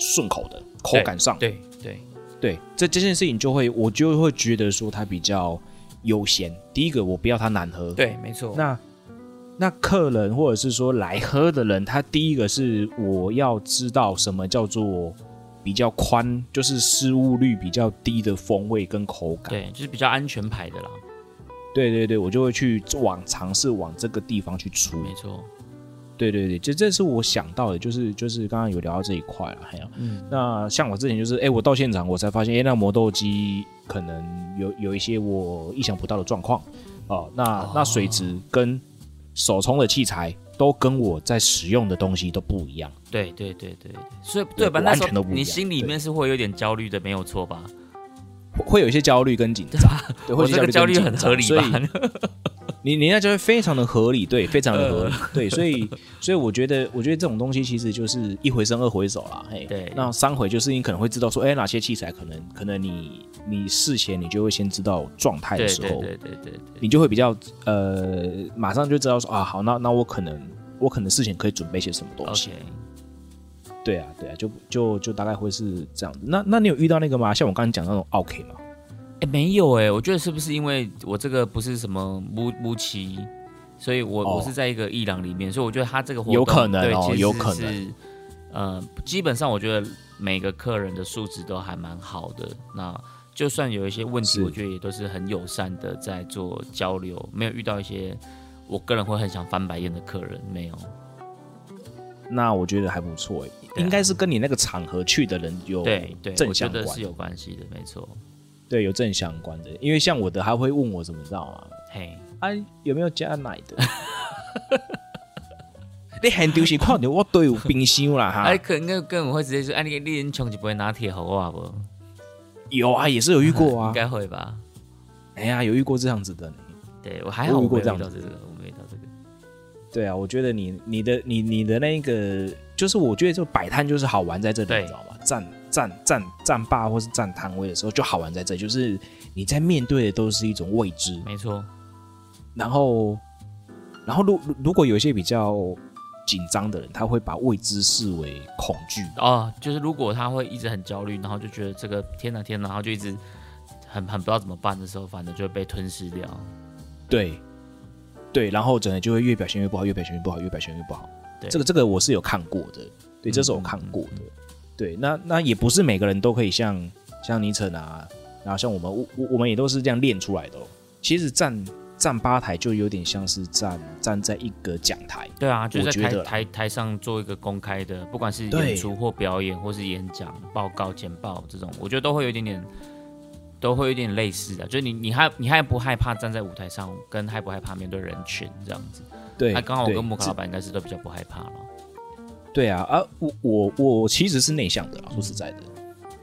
Speaker 1: 顺口的，口感上，
Speaker 2: 对对，
Speaker 1: 对这这件事情就会我就会觉得说它比较优先。第一个，我不要它难喝，
Speaker 2: 对，没错。
Speaker 1: 那那客人或者是说来喝的人，他第一个是我要知道什么叫做比较宽，就是失误率比较低的风味跟口感。
Speaker 2: 对，就是比较安全牌的啦，
Speaker 1: 对对对，我就会去往尝试往这个地方去出。
Speaker 2: 没错。
Speaker 1: 对对对，这这是我想到的，就是就是刚刚有聊到这一块了，还有，
Speaker 2: 嗯
Speaker 1: 那像我之前就是，哎，我到现场我才发现，哎，那磨豆机可能有有一些我意想不到的状况，哦，那那水质跟手冲的器材都跟我在使用的东西都不一样，
Speaker 2: 对对对对，对所以对
Speaker 1: 对
Speaker 2: 吧？
Speaker 1: 我
Speaker 2: 那
Speaker 1: 完
Speaker 2: 时
Speaker 1: 全都
Speaker 2: 候
Speaker 1: 不一
Speaker 2: 你
Speaker 1: 样
Speaker 2: 心里
Speaker 1: 对
Speaker 2: 面是会有点焦虑的，没有错吧？
Speaker 1: 会会有一些焦虑跟紧张，对，会有
Speaker 2: 啊我
Speaker 1: 一
Speaker 2: 这
Speaker 1: 些
Speaker 2: 个焦
Speaker 1: 焦
Speaker 2: 虑
Speaker 1: 跟
Speaker 2: 很
Speaker 1: 紧
Speaker 2: 合
Speaker 1: 张
Speaker 2: 理
Speaker 1: 所以
Speaker 2: 吧？
Speaker 1: 你你那就会非常的合理，对，非常的合理，
Speaker 2: 呃
Speaker 1: 对，所以所以我觉得，我觉得这种东西其实就是一回生二回熟啦，嘿，
Speaker 2: 对
Speaker 1: 那三回就是你可能会知道说，哎、哪些器材可能可能你你事前你就会先知道状态
Speaker 2: 对
Speaker 1: 的时
Speaker 2: 对
Speaker 1: 候，
Speaker 2: 对对对对，
Speaker 1: 你就会比较呃，马上就知道说啊，好，那那我可能我可能事前可以准备些什么东西
Speaker 2: OK。
Speaker 1: 对啊，对啊，就就就大概会是这样子。那那你有遇到那个吗？像我刚才讲的那种 OK 吗？
Speaker 2: 哎，没有哎，我觉得是不是因为我这个不是什么乌乌奇，所以我、
Speaker 1: 哦
Speaker 2: 我是在一个艺廊里面，所以我觉得他这个活动
Speaker 1: 有可能
Speaker 2: 对
Speaker 1: 哦
Speaker 2: 其实
Speaker 1: 有可
Speaker 2: 是
Speaker 1: 能。
Speaker 2: 呃，基本上我觉得每个客人的素质都还蛮好的，那就算有一些问题，
Speaker 1: 是
Speaker 2: 我觉得也都是很友善的在做交流，没有遇到一些我个人会很想翻白眼的客人，没有。
Speaker 1: 哦那我觉得还不错、欸，
Speaker 2: 对啊
Speaker 1: 应该是跟你那个场合去的人有
Speaker 2: 对对，我
Speaker 1: 正
Speaker 2: 觉
Speaker 1: 相
Speaker 2: 得
Speaker 1: 关
Speaker 2: 是。有关系的，没错。
Speaker 1: 对，有正相关的，因为像我的还会问我怎么知道啊？
Speaker 2: 嘿，
Speaker 1: 啊，有没有加奶的？ 你很丢心，看到我都有冰箱啦
Speaker 2: 哎、
Speaker 1: 哈，
Speaker 2: 可能更更我会直接说，哎、你你很穷就不会拿铁好啊不？
Speaker 1: 有啊，也是有遇过
Speaker 2: 应
Speaker 1: 啊，
Speaker 2: 该会吧？
Speaker 1: 哎呀，有遇过这样子的呢。
Speaker 2: 对我还好，我
Speaker 1: 我遇过
Speaker 2: 没有遇
Speaker 1: 这样
Speaker 2: 到
Speaker 1: 子
Speaker 2: 这个，我没有遇到这个。
Speaker 1: 对啊，我觉得你你的你你的那个，就是我觉得这个摆摊就是好玩在这里，
Speaker 2: 对
Speaker 1: 你知道吗？站站站站霸或是站摊位的时候就好玩在这里，就是你在面对的都是一种未知，
Speaker 2: 没错，
Speaker 1: 然后，然后如如如果有一些比较紧张的人，他会把未知视为恐惧。
Speaker 2: 哦，就是如果他会一直很焦虑，然后就觉得这个天哪天哪，然后就一直很很不知道怎么办的时候，反正就会被吞噬掉。
Speaker 1: 对，对，然后整个就会越表现越不好，越表现越不好，越表现越不好。
Speaker 2: 对嗯
Speaker 1: 这个这个我是有看过的，对，这是我看过的。对，那那也不是每个人都可以像像尼城啊，然后像我们我我我们也都是这样练出来的、哦。其实站站吧台就有点像是站站在一个讲台，
Speaker 2: 对啊，就是在
Speaker 1: 我觉
Speaker 2: 台
Speaker 1: 得啦
Speaker 2: 台台上做一个公开的，不管是
Speaker 1: 对
Speaker 2: 演出或表演，或是演讲、报告、简报这种，我觉得都会有一点点都会有点类似的，就是你你害你害不害怕站在舞台上，跟害不害怕面对人群这样子。
Speaker 1: 对，
Speaker 2: 那、啊刚好我
Speaker 1: 对
Speaker 2: 跟莫卡
Speaker 1: 这
Speaker 2: 老板应该是都比较不害怕了，
Speaker 1: 对啊，啊，我我我其实是内向的啦，说实在的，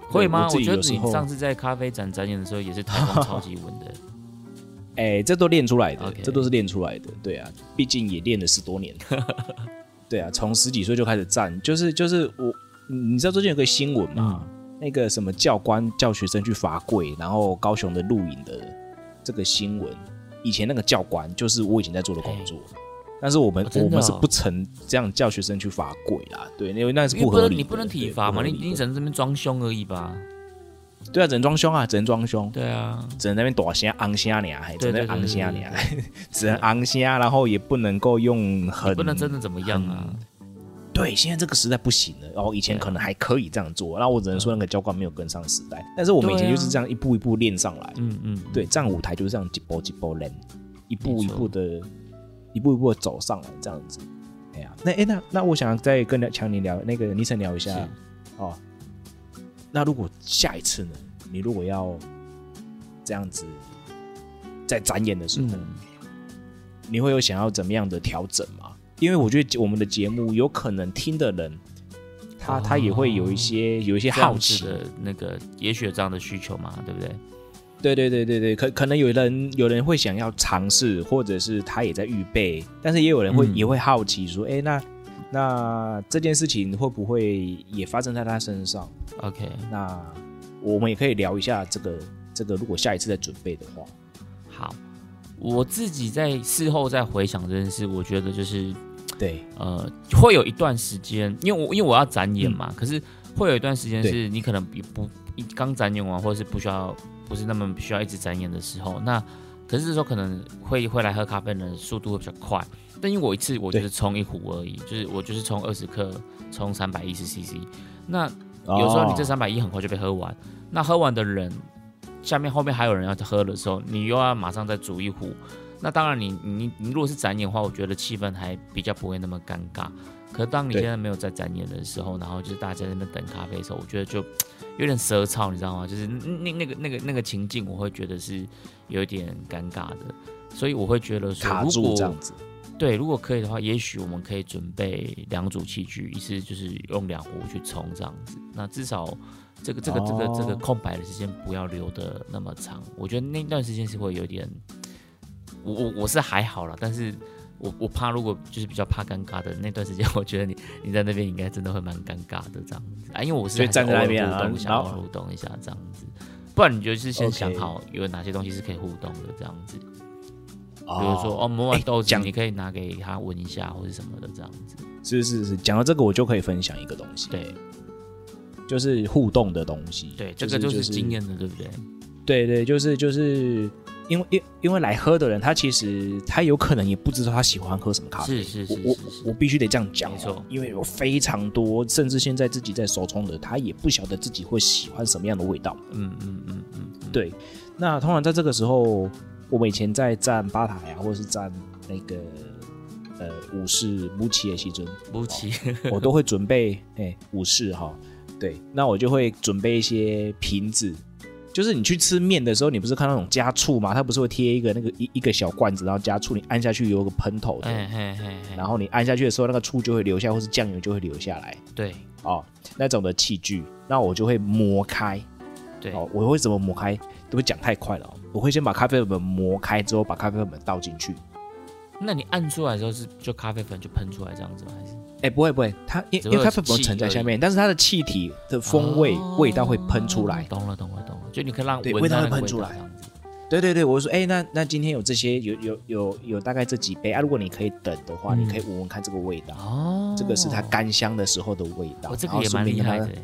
Speaker 2: 会吗？
Speaker 1: 我自
Speaker 2: 我
Speaker 1: 己
Speaker 2: 觉得
Speaker 1: 有时
Speaker 2: 你
Speaker 1: 候
Speaker 2: 上次在咖啡展展演的时候也是台风超级 稳的，
Speaker 1: 哎、这都练出来的
Speaker 2: OK
Speaker 1: 这都是练出来的，对啊，毕竟也练了十多年， 对啊，从十几岁就开始站，就是就是我，你你知道最近有个新闻嘛、
Speaker 2: 啊嗯
Speaker 1: 那个什么教官叫学生去罚跪，然后高雄的录影的这个新闻，以前那个教官就是我以前在做的工作。但是我们、
Speaker 2: 哦真的
Speaker 1: 我
Speaker 2: 哦
Speaker 1: 们是不曾这样叫学生去罚跪啦，对，因为那是
Speaker 2: 因为不
Speaker 1: 合
Speaker 2: 能
Speaker 1: 理的
Speaker 2: 你不能体
Speaker 1: 对
Speaker 2: 罚嘛，
Speaker 1: 不合
Speaker 2: 你
Speaker 1: 理的
Speaker 2: 你只能这边装凶而已吧？
Speaker 1: 对啊，只能装凶啊，只能装凶，
Speaker 2: 对啊，
Speaker 1: 只能在那边躲虾、昂虾你还只
Speaker 2: 对
Speaker 1: 能
Speaker 2: 对对
Speaker 1: 昂虾你
Speaker 2: 对
Speaker 1: 只能昂虾，然后也不能够用很
Speaker 2: 不能真的怎么样啊？
Speaker 1: 对，现在这个时代不行了。然后以前可能还可以这样做，那我只能说那个教官没有跟上时代。但是我们以前
Speaker 2: 嗯对啊
Speaker 1: 就是这样一步一步练上来，
Speaker 2: 嗯嗯，嗯
Speaker 1: 对，站舞台就是这样几波几波练，一
Speaker 2: 没
Speaker 1: 步
Speaker 2: 错
Speaker 1: 一步的，一步一步的走上来这样子。哎呀，那哎那那我想再跟聊强尼聊那个尼晨聊一下
Speaker 2: 是
Speaker 1: 哦。那如果下一次呢？你如果要这样子在展演的时候，
Speaker 2: 嗯
Speaker 1: 你会有想要怎么样的调整吗？因为我觉得我们的节目有可能听的人，他、
Speaker 2: 哦
Speaker 1: 他也会有一些有一些
Speaker 2: 这样
Speaker 1: 好奇
Speaker 2: 子，的那个，也许有这样的需求嘛，对不对？
Speaker 1: 对对对对对，可可能有人有人会想要尝试，或者是他也在预备，但是也有人会、
Speaker 2: 嗯
Speaker 1: 也会好奇说，哎，那那这件事情会不会也发生在他身上？
Speaker 2: OK，
Speaker 1: 那我们也可以聊一下这个这个，如果下一次再准备的话，
Speaker 2: 好，我自己在事后再回想这件事，我觉得就是
Speaker 1: 对
Speaker 2: 呃，会有一段时间，因为我因为我要展演嘛，可是会有一段时间
Speaker 1: 对
Speaker 2: 是你可能也不一刚展演完，或者是不需要不是那么需要一直展演的时候，那可是这时候可能会会来喝咖啡的人速度会比较快，但因为我一次我就是冲一壶而已，就是我就是冲二十克，冲三百一十 CC，那有时候你
Speaker 1: 哦
Speaker 2: 这三百一很快就被喝完，那喝完的人下面后面还有人要喝的时候，你又要马上再煮一壶。那当然你，你你你如果是展演的话，我觉得气氛还比较不会那么尴尬。可是当你
Speaker 1: 对
Speaker 2: 现在没有在展演的时候，然后就是大家在那边等咖啡的时候，我觉得就有点舌燥，你知道吗？就是那那那个那个那个情境，我会觉得是有一点尴尬的。所以我会觉得说，
Speaker 1: 卡
Speaker 2: 如
Speaker 1: 住
Speaker 2: 果
Speaker 1: 这样子，
Speaker 2: 对，如果可以的话，也许我们可以准备两组器具，一次就是用两壶去冲这样子。那至少这个这个这个这个
Speaker 1: 哦
Speaker 2: 空白的时间不要留的那么长。我觉得那段时间是会有点，我我我是还好啦，但是我我怕如果就是比较怕尴尬的那段时间， 我觉得你你在那边应该真的会蛮尴尬的这样子啊，因为我是
Speaker 1: 就
Speaker 2: 还是
Speaker 1: 站在
Speaker 2: 偶
Speaker 1: 那
Speaker 2: 尔
Speaker 1: 边
Speaker 2: 互
Speaker 1: 啊
Speaker 2: 动一下，
Speaker 1: 然后
Speaker 2: 偶尔互动一下这样子。不然你就是先想
Speaker 1: OK
Speaker 2: 好有哪些东西是可以互动的这样子。
Speaker 1: 比
Speaker 2: 比如说哦，磨完豆子
Speaker 1: 哎讲
Speaker 2: 你可以拿给他闻一下，或者什么的这样子。
Speaker 1: 是是是，讲到这个我就可以分享一个东西，
Speaker 2: 对
Speaker 1: 就是互动的东西，
Speaker 2: 对，这个就是经验的，对不对？
Speaker 1: 对对，就是就是因为因因为来喝的人，他其实他有可能也不知道他喜欢喝什么咖啡。
Speaker 2: 是是
Speaker 1: 我
Speaker 2: 是
Speaker 1: 我
Speaker 2: 是
Speaker 1: 我
Speaker 2: 是，
Speaker 1: 必须得这样讲、哦，
Speaker 2: 没错
Speaker 1: 因为有非常多，甚至现在自己在手冲的，他也不晓得自己会喜欢什么样的味道。
Speaker 2: 嗯嗯嗯嗯，嗯，
Speaker 1: 对，那通常在这个时候，我们以前在站吧台啊，或者是站那个呃武士木奇的西尊，
Speaker 2: 不奇，
Speaker 1: 我都会准备哎武士哈，对，那我就会准备一些瓶子。就是你去吃面的时候，你不是看那种加醋嘛？它不是会贴一个那个一一个小罐子，然后加醋，你按下去有个喷头的，
Speaker 2: 哎嘿嘿嘿，
Speaker 1: 然后你按下去的时候，那个醋就会流下，或是酱油就会流下来
Speaker 2: 对
Speaker 1: 哦，那种的器具，那我就会磨开
Speaker 2: 对，
Speaker 1: 哦。我会怎么磨开？都会讲太快了、哦，我会先把咖啡粉磨开之后，把咖啡粉倒进去。
Speaker 2: 那你按出来的时候是就咖啡粉就喷出来这样子吗？还是
Speaker 1: 哎，不会不会，它因
Speaker 2: 只
Speaker 1: 因为
Speaker 2: 会有
Speaker 1: 咖啡粉
Speaker 2: 气
Speaker 1: 沉在
Speaker 2: 而
Speaker 1: 下
Speaker 2: 已
Speaker 1: 面，但是它的气哦体的风味、味道会喷出来
Speaker 2: 哦。懂了懂了懂了，就你可以让
Speaker 1: 对
Speaker 2: 闻
Speaker 1: 味道
Speaker 2: 到
Speaker 1: 会
Speaker 2: 那个
Speaker 1: 喷
Speaker 2: 味
Speaker 1: 出
Speaker 2: 道
Speaker 1: 来
Speaker 2: 这样子。
Speaker 1: 对对对，我就说，哎、那那今天有这些，有有有有大概这几杯啊。如果你可以等的话，
Speaker 2: 嗯
Speaker 1: 你可以闻闻看这个味道，
Speaker 2: 哦，
Speaker 1: 这个是它，干香的时候的味道。
Speaker 2: 我这
Speaker 1: 然
Speaker 2: 个
Speaker 1: 后
Speaker 2: 也
Speaker 1: 顺
Speaker 2: 蛮
Speaker 1: 便
Speaker 2: 厉
Speaker 1: 跟
Speaker 2: 害
Speaker 1: 它
Speaker 2: 的欸，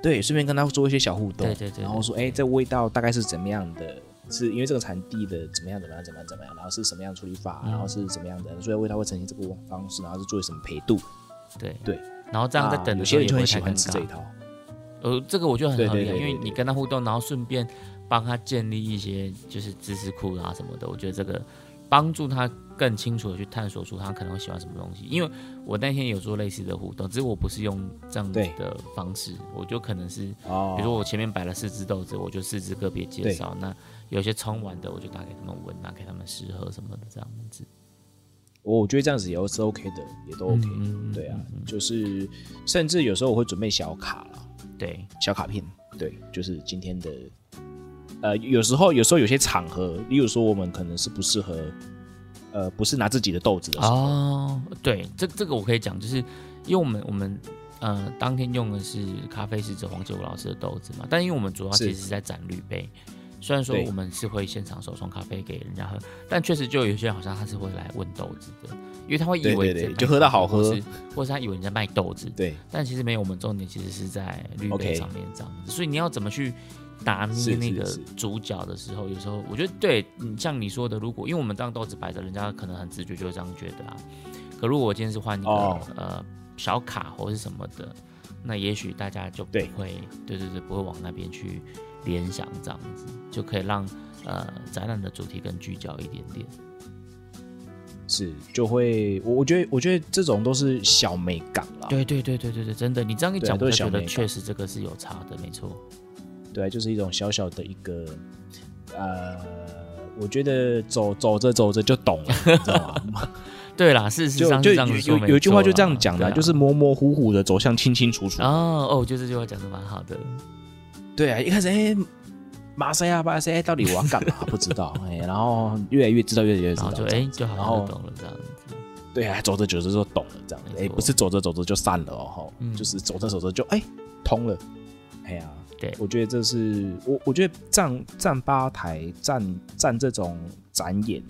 Speaker 1: 对，顺便跟他做一些小互动，
Speaker 2: 对对对对
Speaker 1: 然后说，哎、这味道大概是怎么样的？是因为这个产地的怎么样怎么样怎么样怎么样，然后是什么样的处理法，
Speaker 2: 嗯
Speaker 1: 然后是怎么样的，所以味道会呈现这个方式，然后是做什么配度。
Speaker 2: 对
Speaker 1: 对。
Speaker 2: 然后这样在
Speaker 1: 那
Speaker 2: 等
Speaker 1: 有
Speaker 2: 的时
Speaker 1: 些
Speaker 2: 候
Speaker 1: 人
Speaker 2: 也
Speaker 1: 就
Speaker 2: 不会
Speaker 1: 很喜
Speaker 2: 太
Speaker 1: 欢
Speaker 2: 尴
Speaker 1: 吃
Speaker 2: 尬
Speaker 1: 这一。套。
Speaker 2: 呃，这个我就很
Speaker 1: 对
Speaker 2: 合
Speaker 1: 对
Speaker 2: 理啊，
Speaker 1: 对
Speaker 2: 因为
Speaker 1: 对
Speaker 2: 你
Speaker 1: 对
Speaker 2: 跟他互动，然后顺便帮他建立一些就是知识库啊什么的，我觉得这个帮助他更清楚的去探索出他可能会喜欢什么东西。因为我那天有做类似的互动，只是我不是用这样子
Speaker 1: 对
Speaker 2: 的方式，我就可能是
Speaker 1: 哦
Speaker 2: 比如说我前面摆了四只豆子，我就四只个别介绍。那有些冲完的，我就拿给他们闻，啊拿给他们试喝什么的，这样子。
Speaker 1: 我觉得这样子也是 OK 的，也都 OK 的。
Speaker 2: 嗯嗯嗯
Speaker 1: 对啊，就是甚至有时候我会准备小卡啦，
Speaker 2: 对，
Speaker 1: 小卡片，对，就是今天的。呃，有时候有时候有些场合，例如说我们可能是不适合，呃，不是拿自己的豆子的时候，
Speaker 2: 哦，对，这这个我可以讲，就是因为我们我们呃当天用的是咖啡师者黄杰武老师的豆子嘛，但因为我们主要
Speaker 1: 是
Speaker 2: 其实是在展绿杯，虽然说
Speaker 1: 对
Speaker 2: 我们是会现场手冲咖啡给人家喝，但确实就有些人好像他是会来问豆子的，因为他会以
Speaker 1: 对
Speaker 2: 为
Speaker 1: 对对
Speaker 2: 在卖
Speaker 1: 就喝到好喝
Speaker 2: 或是或是他以为你在卖豆子，
Speaker 1: 对，
Speaker 2: 但其实没有，我们重点其实是在绿杯
Speaker 1: OK
Speaker 2: 上面这样子所以你要怎么去拿
Speaker 1: 是
Speaker 2: 捏
Speaker 1: 是
Speaker 2: 那个
Speaker 1: 是
Speaker 2: 主角的时候，有时候我觉得对，嗯像你说的，如果因为我们这样豆子摆着，人家可能很直觉就会这样觉得啊。可如果我今天是换一个、
Speaker 1: 哦
Speaker 2: 呃小卡或是什么的，那也许大家就不
Speaker 1: 对
Speaker 2: 会，对对对，不会往那边去联想这样子，就可以让呃展览的主题更聚焦一点点。
Speaker 1: 是就会，我我觉得我觉得这种都是小美感啦，
Speaker 2: 对对对对对对，真的，你这样一
Speaker 1: 对
Speaker 2: 讲，
Speaker 1: 都
Speaker 2: 我
Speaker 1: 是
Speaker 2: 就
Speaker 1: 小
Speaker 2: 觉得
Speaker 1: 美感
Speaker 2: 确实这个是有差的，没错。
Speaker 1: 对，就是一种小小的一个，呃，我觉得走走着走着就懂了，你知道 吗？
Speaker 2: 对啦，事实
Speaker 1: 就
Speaker 2: 上
Speaker 1: 就是
Speaker 2: 这
Speaker 1: 有
Speaker 2: 样子
Speaker 1: 有有一句话就这样讲的，啊
Speaker 2: 的，
Speaker 1: 就是模模糊糊的走向清清楚楚。
Speaker 2: 啊哦哦，我觉得这句话讲的蛮好的，
Speaker 1: 对啊，一开始哎，马赛亚巴塞哎，到底我要干嘛？不知道哎，然后越来越知道，越来越知道
Speaker 2: 然后就，
Speaker 1: 这
Speaker 2: 哎、
Speaker 1: 样子
Speaker 2: 就好
Speaker 1: 然
Speaker 2: 像
Speaker 1: 后
Speaker 2: 懂了这样子，
Speaker 1: 对啊，走着走着就懂了，这样子
Speaker 2: 没
Speaker 1: 哎，
Speaker 2: 错
Speaker 1: 不是走着走着就散了哦，吼
Speaker 2: 嗯
Speaker 1: 就是走着走着就哎通了，哎呀。
Speaker 2: 对
Speaker 1: 我觉得这是我，我觉得站站吧台、站站这种展演，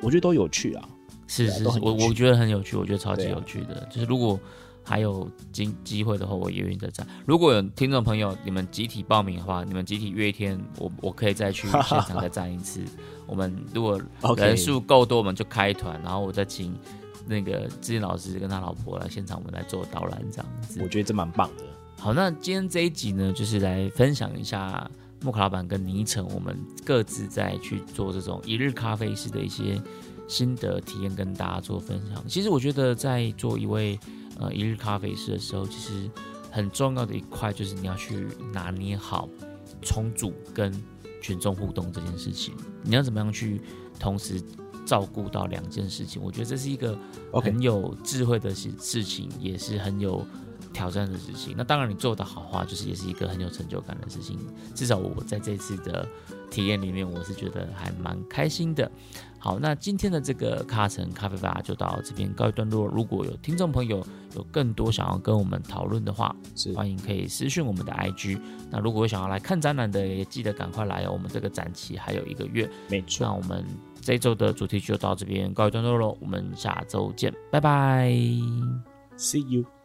Speaker 1: 我觉得都有趣啊。
Speaker 2: 是
Speaker 1: 对啊
Speaker 2: 是
Speaker 1: 都
Speaker 2: 是，
Speaker 1: 很
Speaker 2: 我
Speaker 1: 有趣
Speaker 2: 我觉得很有趣，我觉得超级
Speaker 1: 对啊
Speaker 2: 有趣的，就是如果还有机机会的话，我也愿意再站。如果有听众朋友你们集体报名的话，你们集体约一天，我我可以再去现场再站一次。我们如果
Speaker 1: OK
Speaker 2: 人数够多，我们就开团，然后我再请那个志颖老师跟他老婆来现场，我们来做导览这样子。
Speaker 1: 我觉得这蛮棒的。
Speaker 2: 好，那今天这一集呢，就是来分享一下莫卡老板跟倪晨我们各自在去做这种一日咖啡师的一些心得体验，跟大家做分享。其实我觉得在做一位呃一日咖啡师的时候，其实很重要的一块就是你要去拿捏好冲煮跟群众互动这件事情，你要怎么样去同时照顾到两件事情？我觉得这是一个
Speaker 1: OK
Speaker 2: 很有智慧的事事情，也是很有挑战的事情。那当然，你做的好的话，就是也是一个很有成就感的事情。至少我在这次的体验里面，我是觉得还蛮开心的。好，那今天的这个卡城咖啡吧就到这边告一段落。如果有听众朋友有更多想要跟我们讨论的话，
Speaker 1: 是
Speaker 2: 欢迎可以私讯我们的 IG。那如果有想要来看展览的，也记得赶快来哦。我们这个展期还有一个月。
Speaker 1: 没错。
Speaker 2: 那我们这一周的主题就到这边告一段落喽，我们下周见，拜拜。
Speaker 1: See you。